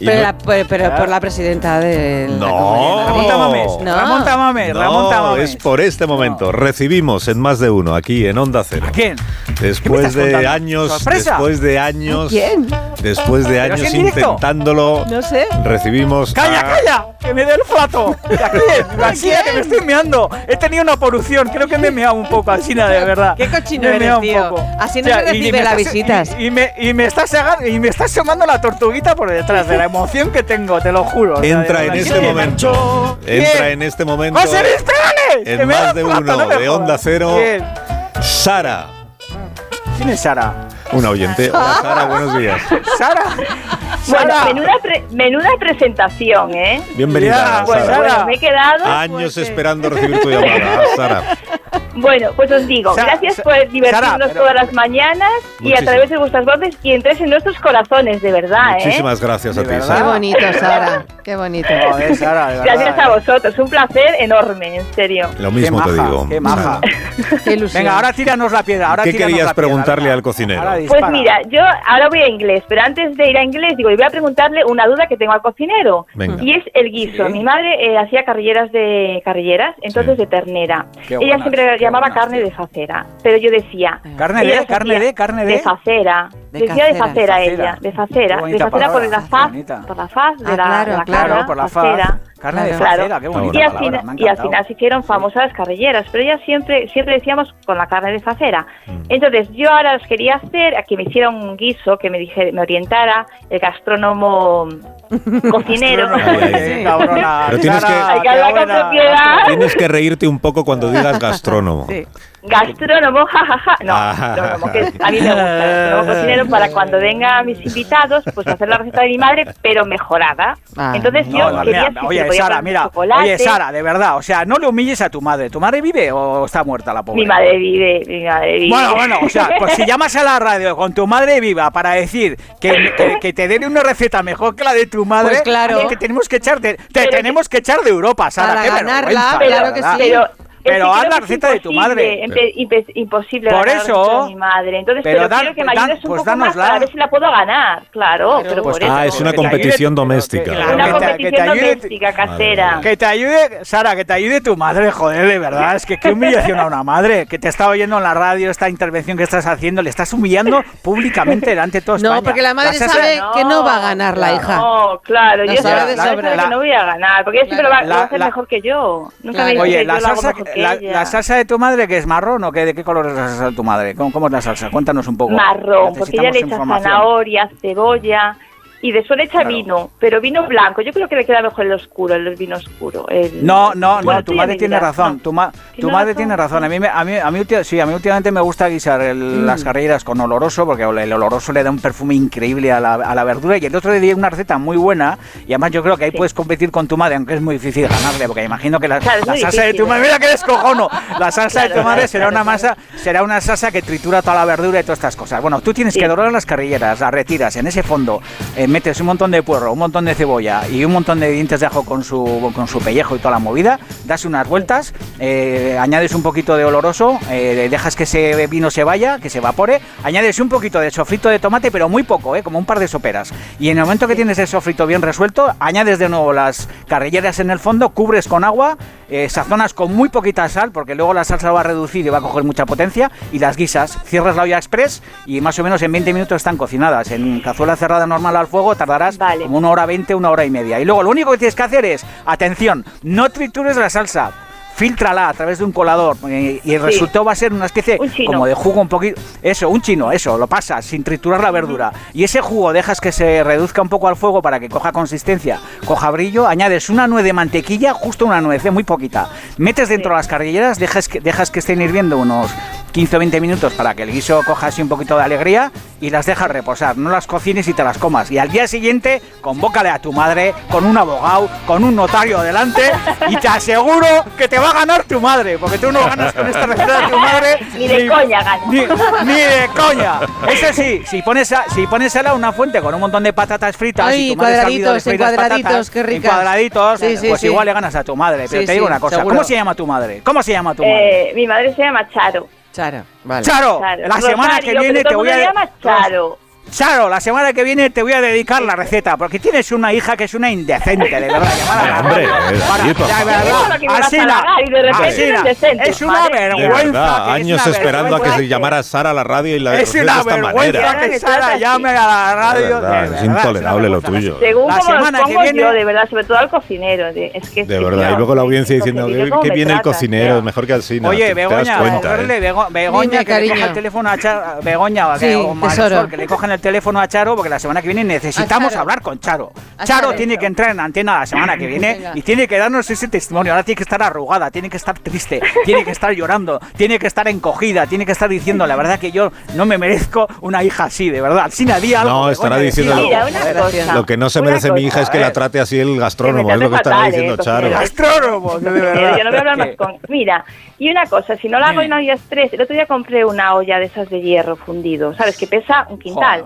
A: y
B: Pero,
A: no-
B: la- pero- pero por la presidenta de la
A: No.
B: Comunidad de
A: Ramón
B: Madrid.
A: Tamames,
B: No.
C: Ramón Tamames,
A: No,
C: Ramón Tamames.
A: es por este momento. Recibimos en más de uno aquí en Onda Cero.
C: ¿Quién?
A: Después
C: estás
A: de
C: contando?
A: años,
C: ¿Sorpresa?
A: después de años,
B: ¿Quién?
A: después de
C: ¿Pero
A: años
C: es en directo?
A: intentándolo,
B: No sé.
A: recibimos.
C: ¡Calla,
B: Ah.
A: a-
C: calla! ¡Que me dé el fato! ¿A quién? ¿A quién? ¡Que me estoy meando! He tenido una polución, creo que me he meado un poco, Alcina, de verdad.
B: Qué cochino
C: Me he
B: eres,
C: meado un
B: tío.
C: poco.
B: Así no se
C: y
B: recibe
C: me
B: las
C: estás-
B: visitas.
C: Y, y me, y, me estás sega- y me está asomando la tortuguita por detrás, de la emoción que tengo, te lo juro. O sea, de
A: Entra en
C: verdad,
A: este
C: ¿quién me
A: momento.
C: manchó?
A: Entra
C: ¿Quién?
A: en este momento.
C: ¡José Luis Perales! ¡Que
A: En
C: me da
A: más de
C: plata, no
A: uno
C: me
A: de
C: jodas!
A: Onda Cero.
C: ¿Quién?
A: Sara,
C: ¿Quién es Sara?
A: una oyente. Hola Sara, buenos días.
C: Sara.
E: Bueno,
C: Sara.
E: menuda, pre- menuda presentación, ¿eh?
A: Bienvenida, Sara.
C: pues,
E: Bueno, bueno, me he quedado. pues, eh.
A: Años esperando recibir tu llamada, Ah, Sara.
E: Bueno, pues os digo,
C: Sara,
E: gracias
C: Sa-
E: por divertirnos
C: Sara, pero-
E: todas las mañanas y a
A: Muchísimas.
E: través de vuestras voces y entréis en nuestros corazones, de verdad, ¿eh?
A: Muchísimas gracias a ti,
B: Qué
A: Sara.
B: bonito, Sara. Qué bonito.
C: Joder, Sara, de
E: ¿eh?
C: verdad.
E: Gracias a vosotros, un placer enorme, en serio.
A: Lo mismo
C: Qué
A: te
C: maja,
A: digo.
C: qué maja.
B: Qué ilusión.
C: Venga, ahora tíranos la piedra. Ahora
A: ¿Qué
C: tíranos
A: querías
C: la piedra,
A: preguntarle
C: venga.
A: al cocinero?
C: Ahora
E: Pues
C: dispara.
E: mira, yo ahora voy a inglés, pero antes de ir a inglés, digo, y voy a preguntarle una duda que tengo al cocinero.
A: Venga.
E: Y es el guiso.
A: Sí.
E: Mi madre eh, hacía carrilleras de carrilleras, entonces de ternera.
C: Qué
E: Ella
C: buenas,
E: siempre
C: qué
E: llamaba
C: buenas,
E: carne de facera, pero yo decía.
C: Carne
E: ella
C: de,
E: las
C: carne
E: hacía
C: de, carne de.
E: facera.
C: De
E: decía Ah. de
C: cacera,
E: facera
C: de
E: ella,
C: facera.
E: de facera.
C: Qué
E: De
C: bonita
E: facera por la
C: palabra,
E: faz,
C: qué bonita.
E: por la faz de
B: Ah,
E: la,
B: claro,
E: de la
B: claro,
E: cara,
C: por la faz.
E: facera.
C: Carne de
E: Claro.
C: facera, qué bonita
E: y, al
C: palabra,
E: fin-
C: me ha
E: y al
C: encantado.
E: final se hicieron famosas carrilleras, pero ya siempre siempre decíamos con la carne de facera.
C: Mm.
E: Entonces yo ahora os quería hacer a que me hiciera un guiso, que me dije, me orientara el gastrónomo cocinero.
A: Ay,
C: Sí, cabrona.
A: Pero tienes
C: Sara,
E: Hay que
C: qué
E: hablar con
C: buena.
E: propiedad.
A: Tienes que reírte un poco cuando digas gastrónomo.
E: Gastrónomo, jajaja. No,
A: Ah.
E: gastrónomo, que a mí me gusta. Gastrónomo cocinero para cuando vengan mis invitados, pues hacer la receta de mi madre, pero mejorada.
B: Ah.
E: Ah, Entonces
C: No,
E: yo
C: no,
E: quería
C: mira,
E: si se le
C: oye,
E: podía
C: Sara,
E: poner
C: mira,
E: chocolate.
C: oye, Sara, de verdad, o sea, no le humilles a tu madre. ¿Tu madre vive o está muerta la pobre?
E: Mi madre vive, mi madre vive.
C: Bueno, bueno, o sea, pues si llamas a la radio con tu madre viva para decir que, que- que te den una receta mejor que la de tu madre,
B: Pues claro.
C: es que tenemos que echar de, te
E: Pero-
C: tenemos que echar de Europa, Sara,
B: Para
C: qué
B: ganarla,
C: vergüenza,
B: claro
C: la
B: que
C: verdad.
B: sí.
E: Pero, es que
C: Pero haz
E: creo
C: la
E: que es
C: receta de tu madre.
E: imposible, empe- imposible
C: Por
E: ganar la
C: eso,
E: receta de mi madre. Entonces,
C: pero
E: pero,
C: dan-
E: quiero que me
C: pues dan-
E: ayudes un
C: pues
E: poco más
C: dánosla.
E: para ver si la puedo ganar. Claro, pero
A: Pues,
E: por eso.
A: ah, es una
C: que te ayude-
A: competición doméstica.
C: Claro.
E: Una
C: que te- que te
E: competición
C: ayude-
E: doméstica, casera.
C: Que te ayude, Sara, que te ayude tu madre, joder, de verdad. Es que qué humillación a una madre que te está oyendo en la radio esta intervención que estás haciendo. Le estás humillando públicamente delante de todos.
B: No, porque la madre sabe que no va a ganar la hija.
E: No, claro,
B: No
E: yo
B: sabe
E: sabe
B: de
E: la verdad
B: sobra.
E: es que no voy a ganar, porque ella siempre
B: Claro.
E: lo va, lo va a
C: La-
E: hacer
C: la-
E: mejor que yo. Nunca
B: Claro.
E: me dice
C: Oye,
E: que
C: la
E: yo lo hago
C: salsa,
E: mejor que
C: la,
E: ella.
C: la salsa de tu madre que es marrón o qué, de qué color es la salsa de tu madre? ¿Cómo, cómo es la salsa? Cuéntanos un poco.
E: marrón, porque ella le
C: Necesitamos
E: echa
C: información. Mm.
E: zanahoria, cebolla y después le echa
C: Claro.
E: vino, pero vino blanco. Yo creo que le queda mejor el oscuro, el vino oscuro. el-
C: No, no,
E: Bueno,
C: no, tu
E: tú ya
C: madre
E: me
C: tiene
E: dirás,
C: razón.
E: no.
C: Tu, ma- tu
E: Tiene
C: madre
E: razón.
C: tiene razón. A mí, me- a mí, a mí, ulti- sí, a mí últimamente me gusta guisar el-
B: Mm.
C: las carreras con oloroso, porque el oloroso le da un perfume increíble a la, a la verdura. Y el otro día di una receta muy buena, y además yo creo que ahí puedes competir con tu madre, aunque es muy difícil ganarle, porque imagino que la,
E: Claro, es
C: la
E: muy
C: salsa de tu
E: difícil. ¿eh?
C: madre, mira que descojono, la salsa de
E: Claro,
C: tu madre
E: claro,
C: será una
E: claro,
C: masa, será una salsa que tritura toda la verdura y todas estas cosas. Bueno, tú tienes que dorar las carrilleras, las retiras en ese fondo, eh, metes un montón de puerro, un montón de cebolla y un montón de dientes de ajo con su, con su pellejo y toda la movida, das unas vueltas, eh, añades un poquito de oloroso, eh, dejas que ese vino se vaya, que se evapore, añades un poquito de sofrito de tomate, pero muy poco, eh, como un par de soperas. Y en el momento que tienes el sofrito bien resuelto, añades de nuevo las carrilleras en el fondo, cubres con agua, eh, sazonas con muy poquita sal, porque luego la salsa va a reducir y va a coger mucha potencia, y las guisas. Cierras la olla express y más o menos en 20 minutos están cocinadas. En cazuela cerrada normal al fuego tardarás como una hora 20, una hora y media. Y luego lo único que tienes que hacer es, atención, no tritures la salsa. Fíltrala a través de un colador eh, y el
E: Sí.
C: resultado va a ser una especie
E: Un chino.
C: como de jugo un poquito. Eso, un chino, eso, lo pasas sin triturar la verdura. Y ese jugo dejas que se reduzca un poco al fuego para que coja consistencia, coja brillo. Añades una nuez de mantequilla, justo una nuez, eh, muy poquita. Metes dentro las carrilleras, dejas que, dejas que estén hirviendo unos 15 o 20 minutos para que el guiso coja así un poquito de alegría y las dejas reposar. No las cocines y te las comas. Y al día siguiente, convócale a tu madre con un abogado, con un notario delante y te aseguro que te va a ganar tu madre, porque tú no ganas con esta receta de tu madre
E: Ni de coña gana.
C: ni, ni de coña. Eso sí, si pones, a, si pones ala una fuente con un montón de patatas fritas
B: Ay,
C: y tu madre se ha olvidado de
B: cuadraditos, en
C: freír las
B: cuadraditos,
C: patatas,
B: qué
C: en
B: ricas.
C: cuadraditos,
B: Sí, sí,
C: pues
B: sí.
C: igual le ganas a tu madre. Pero
B: Sí,
C: te digo
B: sí,
C: una cosa,
B: seguro.
C: ¿cómo se llama tu madre? ¿Cómo se llama tu madre?
E: Eh, mi madre se llama Charo.
B: Charo, vale.
C: Charo, la semana que
E: Rosario,
C: viene
E: pero
C: te
E: todo
C: voy
E: el
C: a
E: mundo le llama Charo.
C: Charo, la semana que viene te voy a dedicar la receta, porque tienes una hija que es una indecente, de verdad.
A: Hombre, sí, por
C: Ya,
A: favor.
C: verdad.
E: Seguro que me vas a
C: Asina,
E: halagar y de repente
C: Asina,
E: eres decente,
C: es una
E: madre.
A: De
C: vergüenza.
A: verdad,
C: que- es
A: años
C: una
A: esperando a que
C: vergüenza
A: se llamara Sara a la radio y la
C: Es
A: receta de
C: una
A: esta
C: vergüenza
A: manera.
C: que Sara llame a la
A: De
C: radio.
A: verdad, es intolerable lo tuyo.
E: Según
C: La
E: como los
C: semana que
E: pongo
C: viene-
E: yo, de verdad, sobre todo al cocinero. de- es que
A: De verdad, y luego la audiencia diciendo
E: Porque
A: que,
E: yo cómo me
A: viene el
E: tratas,
A: cocinero,
E: tía.
A: mejor que Alcina.
C: Oye,
A: te- te das
C: Begoña,
A: cuenta,
C: cogerle,
A: ¿eh?
C: Bego- Begoña,
B: Dime,
C: que le coja
B: cariño.
C: el teléfono a Charo, Begoña, o que-
B: Sí,
C: o Marisol,
B: tesoro.
C: que le cojan el teléfono a Charo, porque la semana que viene necesitamos hablar con Charo.
B: A
C: Charo
B: Charo.
C: tiene que entrar en antena la semana que viene
B: Venga.
C: y tiene que darnos ese testimonio. Ahora tiene que estar arrugada, tiene que estar triste, tiene que estar llorando, tiene que estar encogida, tiene que estar diciendo, la verdad que yo no me merezco una hija así, de verdad. Sin di algo.
A: No, estará
C: Begoña,
A: diciendo
C: di
A: lo-
C: algo.
E: Mira, una cosa.
A: Lo que no se merece mi hija es que la trate así el gastrónomo, es lo que estará
E: fatal,
A: diciendo
E: ¿eh?
A: Charo.
E: Cocinero.
C: Astrónomo, de verdad.
E: Yo no voy a hablar más con. Mira, y una cosa, si no la hago en ollas tres, el otro día compré una olla de esas de hierro fundido, ¿sabes? Que pesa un quintal.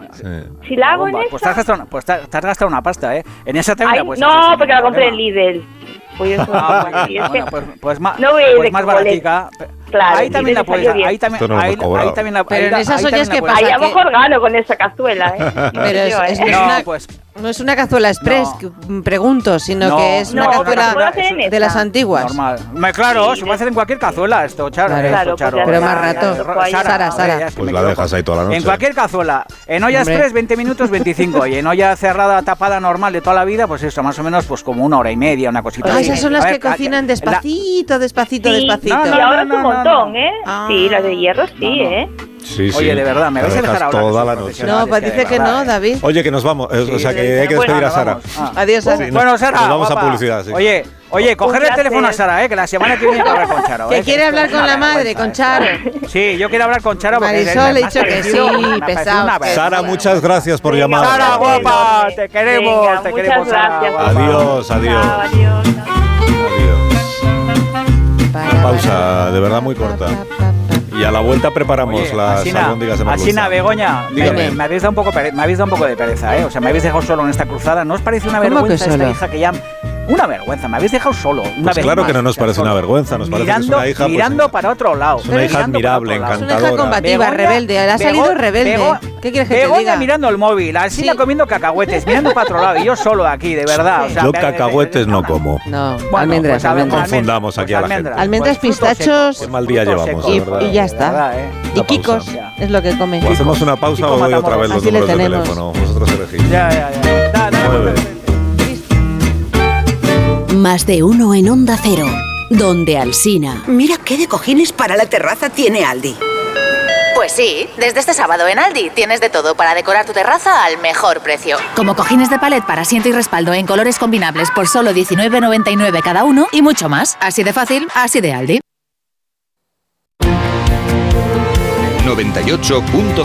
E: Si la hago en
C: Bomba.
E: esa.
C: Pues te has gastado, pues te has- te has gastado una pasta, ¿eh? En esa te
E: Ay,
C: la puedes hacer
E: no,
C: sin
E: porque la
C: ningún
E: compré en
C: problema.
E: Lidl. Pues eso,
C: Ah,
E: sí, es
C: bueno,
E: que-
C: pues, pues ma-
E: No voy a ir
C: pues
E: de
C: más
E: colet.
C: baratica.
E: Claro,
C: ahí también la
E: Lidl
C: puedes
E: salió bien.
C: ahí también,
A: Esto no lo
C: ahí,
A: hemos cobrado.
C: ahí también la
B: Pero en
C: ahí-
B: esas
C: ahí también
B: ollas
C: la
B: que
C: puedes-
E: Ahí
B: pasa
E: a lo
B: que-
E: mejor gano con esa cazuela, ¿eh?
B: Pero es,
E: Yo,
B: es
E: ¿eh?
B: que es
C: No,
B: una,
C: pues-
B: no es una cazuela express,
C: No.
B: que, mm, pregunto, sino
C: No,
B: que es una
C: no,
B: cazuela
C: pero puedo
E: hacer en
B: de
E: esta.
B: las antiguas.
C: Normal. Me- claro, se puede hacer en cualquier cazuela esto, Charo.
B: Claro,
C: esto,
B: pues
C: Charo.
B: ya Pero está, más
C: Sara,
B: rato.
C: Sara,
B: Sara, Sara.
C: hombre, ya es que
A: Pues
C: me
A: la
C: equivoco.
A: dejas ahí toda la noche.
C: En cualquier cazuela. En ollas
B: Hombre.
C: 3, 20 minutos, 25. Y en olla cerrada, tapada normal de toda la vida, pues eso, más o menos, pues como una hora y media, una cosita.
B: Ah,
C: así.
B: esas son las
C: A ver,
B: que
C: a-
B: cocinan
C: la-
B: despacito, despacito,
E: Sí,
B: despacito.
C: No, no,
E: y ahora
C: no,
E: es
C: no,
E: un
C: no,
E: montón,
C: no.
E: ¿eh?
B: Ah.
E: Sí, las de hierro sí, ¿eh?
A: Sí,
C: Oye,
A: sí,
C: de verdad, me
A: la
C: vais a dejar
A: dejas
C: hablar de
A: toda
C: esos
A: la noche.
B: No, pues
C: que de
B: dice que
C: verdad,
B: no,
C: eh.
B: David.
A: Oye, que nos vamos, eh, o sea que hay que
C: Bueno,
A: despedir a
C: nos
A: Sara.
C: vamos. Ah.
B: Adiós, Sara.
A: Sí, no.
C: Bueno, Sara.
A: Nos vamos a
C: guapa.
A: publicidad, sí.
C: Oye, oye, coger el
E: placer.
C: teléfono a Sara, eh, que la semana que viene hay que hablar con Charo. eh,
B: Que quiere
C: esto
B: hablar
C: es una
B: con la madre,
C: vergüenza,
B: con
C: esto.
B: Charo.
C: Sí, yo quiero hablar con Charo porque
B: Marisol,
C: me-
B: he
C: me has
B: dicho que
C: parecido-
B: sí,
C: me ha parecido
B: pesado.
C: una vergüenza.
A: Sara, muchas gracias por llamar.
C: Sara, guapa, te queremos,
E: Venga,
C: te
E: muchas
C: queremos. Sara,
E: gracias.
C: guapa.
A: Adiós, adiós.
E: Chao, adiós.
A: Adiós. Una pausa de verdad muy corta. Y a la vuelta preparamos
C: Oye,
A: las
C: Asina,
A: albóndigas de merluza.
C: Asina, Begoña, me,
A: Dígame.
C: me- me habéis dado un poco, pere- me habéis dado un poco de pereza, ¿eh? O sea, me habéis dejado solo en esta cruzada. ¿No os parece una
B: ¿Cómo que
C: vergüenza esta
B: solo?
C: hija que ya... Una vergüenza, me habéis dejado solo. Una
A: Pues
C: vez
A: claro
C: más,
A: que no nos
C: o sea,
A: parece una
C: solo.
A: vergüenza, nos parece que es
C: mirando,
A: una hija, pues,
C: mirando para otro lado.
A: es una hija
C: Mirando para otro
A: admirable,
C: lado.
B: Es una hija
A: encantadora.
B: combativa,
C: Begoña-
B: rebelde. Ha salido
C: Bego-
B: rebelde.
C: Bego-
B: ¿Qué quieres que te
C: Begoña
B: diga?
C: mirando el móvil, así
B: Sí.
C: la comiendo cacahuetes, mirando para otro lado. Y yo solo aquí, de verdad. O sea,
A: Yo
C: me-
A: cacahuetes no como.
B: No,
C: Bueno,
B: almendras,
C: pues, a ver,
A: No
B: almendras.
A: confundamos aquí a la gente.
B: Almendras,
C: frutos secos,
B: pistachos.
A: Qué mal día
C: frutos
A: llevamos,
C: secos.
A: la verdad.
B: Y ya está.
C: De verdad, ¿eh?
B: Y
A: Una pausa.
B: Kikos es lo que come.
A: O Pues, hacemos una pausa
C: Kiko
A: o doy
C: Matamoros.
A: otra vez los
B: Así le
A: números de
B: tenemos.
A: teléfono. Vosotros elegís.
C: Ya, ya, ya. Da, da,
A: Nueve.
I: Más de uno en Onda Cero. Donde Alsina.
F: Mira qué de cojines para la terraza tiene Aldi.
G: Pues sí, desde este sábado en Aldi tienes de todo para decorar tu terraza al mejor precio. Como cojines de palet para asiento y respaldo en colores combinables por solo 19,99 cada uno y mucho más. Así de fácil, así de Aldi.
M: 98.0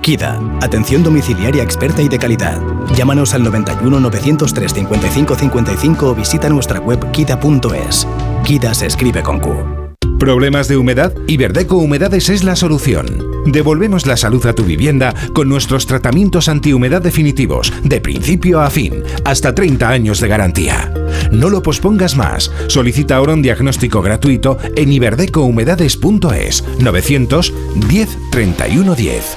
U: KIDA, atención domiciliaria experta y de calidad. Llámanos al 91 903 55 55 o visita nuestra web kida.es. KIDA se escribe con Q.
V: ¿Problemas de humedad? Iberdeco Humedades es la solución. Devolvemos la salud a tu vivienda con nuestros tratamientos antihumedad definitivos, de principio a fin, hasta 30 años de garantía. No lo pospongas más. Solicita ahora un diagnóstico gratuito en iberdecohumedades.es 910 3110.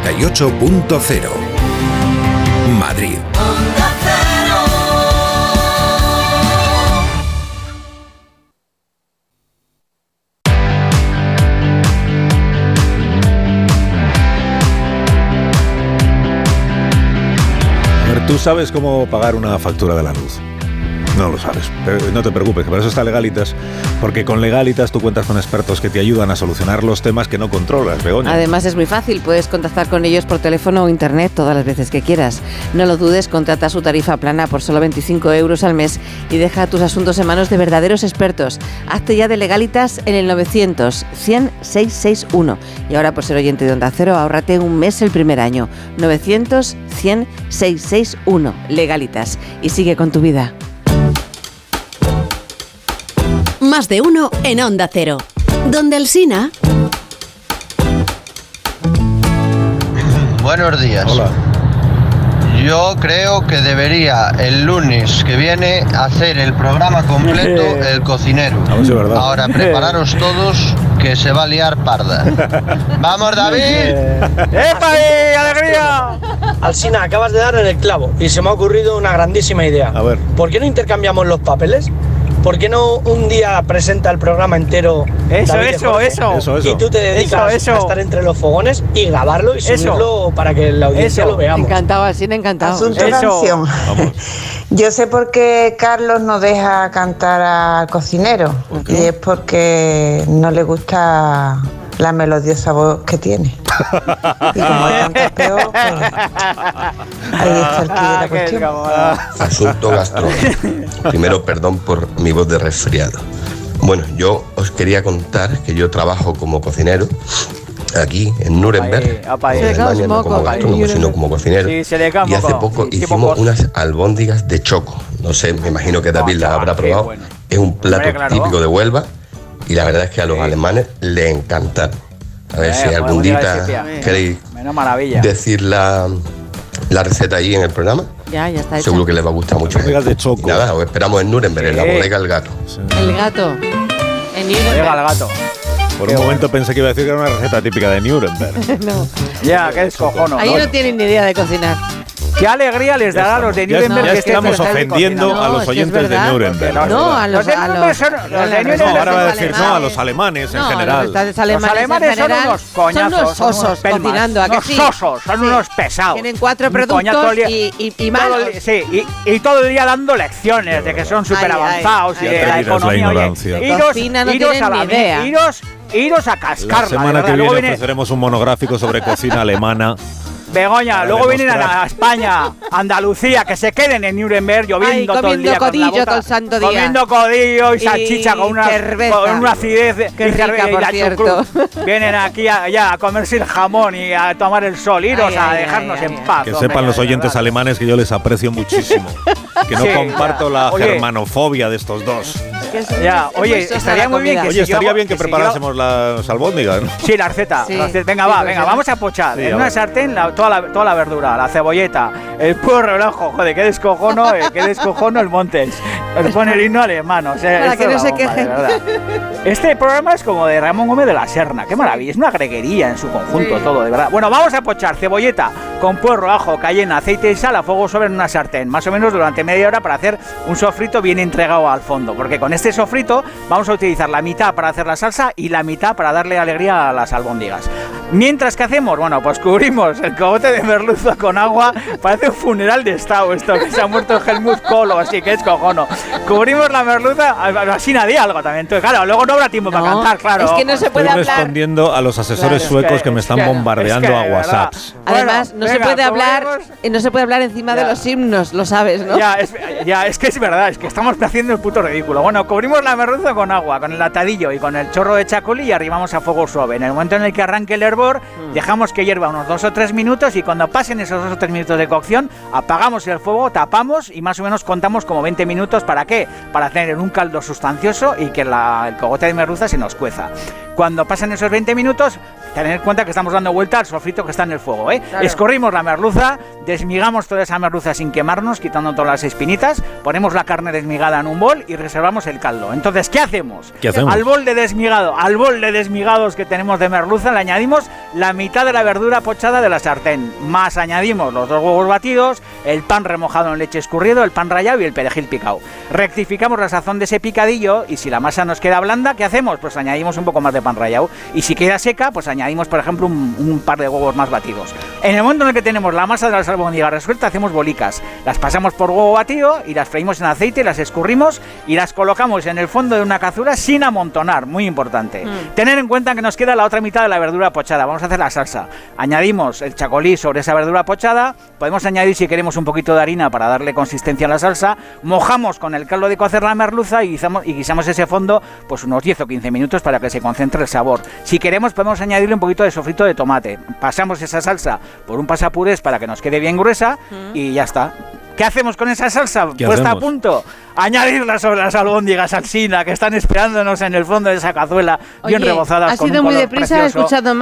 M: 98.0 Madrid.
A: Arturo sabes cómo pagar una factura de la luz. No lo sabes. Pero no te preocupes, que para eso está Legalitas. Porque con Legalitas tú cuentas con expertos que te ayudan a solucionar los temas que no controlas, Begoña.
B: Además es muy fácil, puedes contactar con ellos por teléfono o internet todas las veces que quieras. No lo dudes, contrata su tarifa plana por solo 25 euros al mes y deja tus asuntos en manos de verdaderos expertos. Hazte ya de Legalitas en el 900 100 661. Y ahora por ser oyente de Onda Cero, ahórrate un mes el primer año. 900 100 661. Legalitas. Y sigue con tu vida.
S: Más de uno en Onda Cero. Donde el Sina.
W: Buenos días. Yo creo que debería el lunes que viene hacer el programa completo El Cocinero.
A: A ver si es verdad.
W: Ahora prepararos todos que se va a liar parda. ¡Vamos, David!
X: ¡Epa, eh, alegría! Alsina, acabas de dar en el clavo y se me ha ocurrido una grandísima idea. A ver. ¿Por qué no intercambiamos los papeles? ¿Por qué no un día presenta el programa entero?
C: Eso,
X: David de
C: eso,
X: Jorge?
C: eso. Eso, eso.
X: Y tú te dedicas
C: Eso, eso.
X: a estar entre los fogones y grabarlo y
C: Eso.
X: subirlo para que la audiencia
C: Eso.
X: lo veamos.
B: Encantado, así encantado.
E: Asunto de acción. Yo sé por qué Carlos no deja cantar al cocinero. Y es porque no le gusta la melodiosa voz que tiene. Y como canta peor, pues, ahí está el quid
C: ah,
E: de la cuestión.
J: Asunto gastronómico. Primero, perdón por mi voz de resfriado. Bueno, yo os quería contar que yo trabajo como cocinero aquí en Nuremberg.
C: Apa ahí, apa ahí.
J: en
C: Se le cae
J: Alemania,
C: un
J: no
C: moco,
J: como
C: apa ahí.
J: gastrónomo, sino como cocinero.
C: Sí, se le cae un
J: y hace
C: moco.
J: poco
C: Sí, sí,
J: hicimos
C: mocos.
J: unas albóndigas de choco. No sé, me imagino que David las habrá probado. Es un plato
C: Ah, Hombre, claro.
J: típico de Huelva y la verdad es que a los alemanes le encantan. A ver
C: Eh,
J: si algún
C: albóndiga de
J: día
C: sepia.
J: queréis
C: Menos maravilla.
J: decir la, la receta ahí en el programa.
B: Ya, ya está hecho.
J: Seguro que les va a gustar mucho. de choco. Nada, os esperamos en Nuremberg, en la
B: Sí.
J: bodega El Gato.
B: El gato. En
C: Llega el gato.
A: Por un momento pensé que iba a decir que era una receta típica de Nuremberg.
B: no.
C: Ya, qué descojono.
B: Ahí no tienen ni idea de cocinar.
C: Qué alegría les dará a los de
A: Ya
C: Nuremberg.
A: estamos-
C: que este
A: ya estamos
C: siempre están
A: ofendiendo
C: cocinando.
A: a los oyentes de Nuremberg.
C: No,
A: No,
C: a los de Nuremberg son- los de Nuremberg
A: No,
C: son
A: ahora va a
C: alemanes.
A: decir no a los alemanes en
C: No,
A: general.
C: los alemanes Los alemanes
B: en
C: son
B: general
C: unos coñazos,
B: Son unos
C: son unos
B: osos
C: pelmas,
B: cocinando, ¿a que
C: unos
B: sí?
C: sosos, son unos pesados.
B: Tienen cuatro
C: Un coñazo
B: productos
C: lia-
B: y, y, y
C: todo
B: malos.
C: el- sí, y, y todo el día dando lecciones de que son súper avanzados y
A: Ya
C: de
A: te
C: la
A: miras la
C: economía. oye,
A: ignorancia.
C: iros,
B: Cocina no
C: iros
B: tienen
C: a la
B: ni idea.
C: Iros, iros a cascarla.
A: La
C: de
A: semana
C: verdad.
A: que
C: Luego
A: viene
C: viene-
A: ofreceremos un monográfico sobre cocina alemana.
C: Begoña,
A: Para
C: luego vienen
A: demostrar.
C: a España, Andalucía, que se queden en Nuremberg lloviendo
B: Ay,
C: todo el
B: comiendo
C: día. con la
B: codillo
C: bota,
B: todo el santo día.
C: Comiendo codillo y
B: Y
C: salchicha con, una,
B: cerveza.
C: con una acidez. de-
B: Qué
C: y cerve-
B: rica,
C: y
B: por
C: la
B: cierto.
C: chucrut. Vienen aquí a, ya a comerse el jamón y a tomar el sol, iros
B: Ay,
C: a
B: ay,
C: dejarnos
B: ay,
C: en paz.
A: Que
C: hombre.
A: sepan los oyentes alemanes que yo les aprecio muchísimo. Que no
C: Sí,
A: comparto la
C: oye.
A: germanofobia de estos dos.
C: Ya, oye, estaría muy bien que
A: Oye, estaría bien que preparásemos las albóndigas. ¿no?
C: Sí, la receta.
A: Sí.
C: la receta. Venga,
A: Sí,
C: va,
A: pues
C: venga,
A: ya.
C: vamos a pochar.
A: Sí,
C: en
A: a
C: una
A: ver.
C: sartén la- toda, la, toda la verdura, la cebolleta, el puerro rojo. Joder, qué descojono, eh, qué descojono el Montes. Os pone el himno alemán. O sea,
B: Para
C: esto
B: que no
C: es la
B: se
C: bomba, de
B: quejen.
C: verdad. Este programa es como de Ramón Gómez de la Serna. Qué maravilla. Es una greguería en su conjunto
B: Sí.
C: todo, de verdad. Bueno, vamos a pochar cebolleta con puerro, ajo, cayena, aceite y sal a fuego sobre en una sartén. Más o menos durante media hora para hacer un sofrito bien entregado al fondo. Porque con este sofrito vamos a utilizar la mitad para hacer la salsa y la mitad para darle alegría a las albóndigas. Mientras que hacemos, bueno, pues cubrimos el cogote de merluza con agua. Parece un funeral de Estado esto, que se ha muerto Helmut Kohl o así, que es cojono. Cubrimos la merluza, así nadie algo también. Entonces, claro, luego no habrá tiempo para cantar, claro.
B: es que no se
A: Estoy
B: puede hablar.
A: respondiendo a los asesores
C: Claro, es
A: suecos
C: que-
A: que me están
C: es que-
A: bombardeando
C: es que,
A: a
C: de verdad.
A: WhatsApps.
B: Además, no se
C: venga,
B: puede hablar,
C: cobremos.
B: eh, no se puede hablar encima de los himnos, lo sabes, ¿no?
C: Ya es, ya, es que es verdad, es que estamos haciendo el puto ridículo. Bueno, cubrimos la merluza con agua, con el atadillo y con el chorro de chacoli y arrimamos a fuego suave. En el momento en el que arranque el hervor, dejamos que hierva unos dos o tres minutos y cuando pasen esos dos o tres minutos de cocción, apagamos el fuego, tapamos y más o menos contamos como 20 minutos. ¿Para qué? Para tener un caldo sustancioso y que la- el cogote de merluza se nos cueza. Cuando pasen esos 20 minutos, tener en cuenta que estamos dando vuelta al sofrito que está en el fuego. ¿eh?
E: Claro.
C: Esco- Corrimos la merluza, desmigamos toda esa merluza sin quemarnos, quitando todas las espinitas, ponemos la carne desmigada en un bol y reservamos el caldo. Entonces, ¿qué hacemos?
A: ¿Qué hacemos?
C: Al bol de desmigado, al bol de desmigados que tenemos de merluza, le añadimos la mitad de la verdura pochada de la sartén. Más añadimos los dos huevos batidos, el pan remojado en leche escurrido, el pan rallado y el perejil picado. Rectificamos la sazón de ese picadillo y si la masa nos queda blanda, ¿qué hacemos? Pues añadimos un poco más de pan rallado. Y si queda seca, pues añadimos añadimos, por ejemplo, un, un par de huevos más batidos. En el momento en el que tenemos la masa de las albóndigas resuelta, hacemos bolicas. Las pasamos por huevo batido y las freímos en aceite, las escurrimos y las colocamos en el fondo de una cazuela sin amontonar, muy importante.
G: Mm.
C: Tener en cuenta que nos queda la otra mitad de la verdura pochada. Vamos a hacer la salsa. Añadimos el chacolí sobre esa verdura pochada. Podemos añadir, si queremos, un poquito de harina para darle consistencia a la salsa. Mojamos con el caldo de cocer la merluza y guisamos, y guisamos ese fondo pues unos 10 o 15 minutos para que se concentre el sabor. Si queremos, podemos añadirle un poquito de sofrito de tomate. Pasamos esa salsa por un pasapurés para que nos quede bien gruesa y ya está. ¿Qué hacemos con esa salsa
Y: ¿Qué
C: puesta a
Y: hacemos?
C: punto? Añadirla sobre las albóndigas al Sina que están esperándonos en el fondo de esa cazuela bien
B: Oye,
C: rebozadas
B: has
C: con un
B: sido muy
C: color
B: deprisa
C: precioso.
B: escuchando más.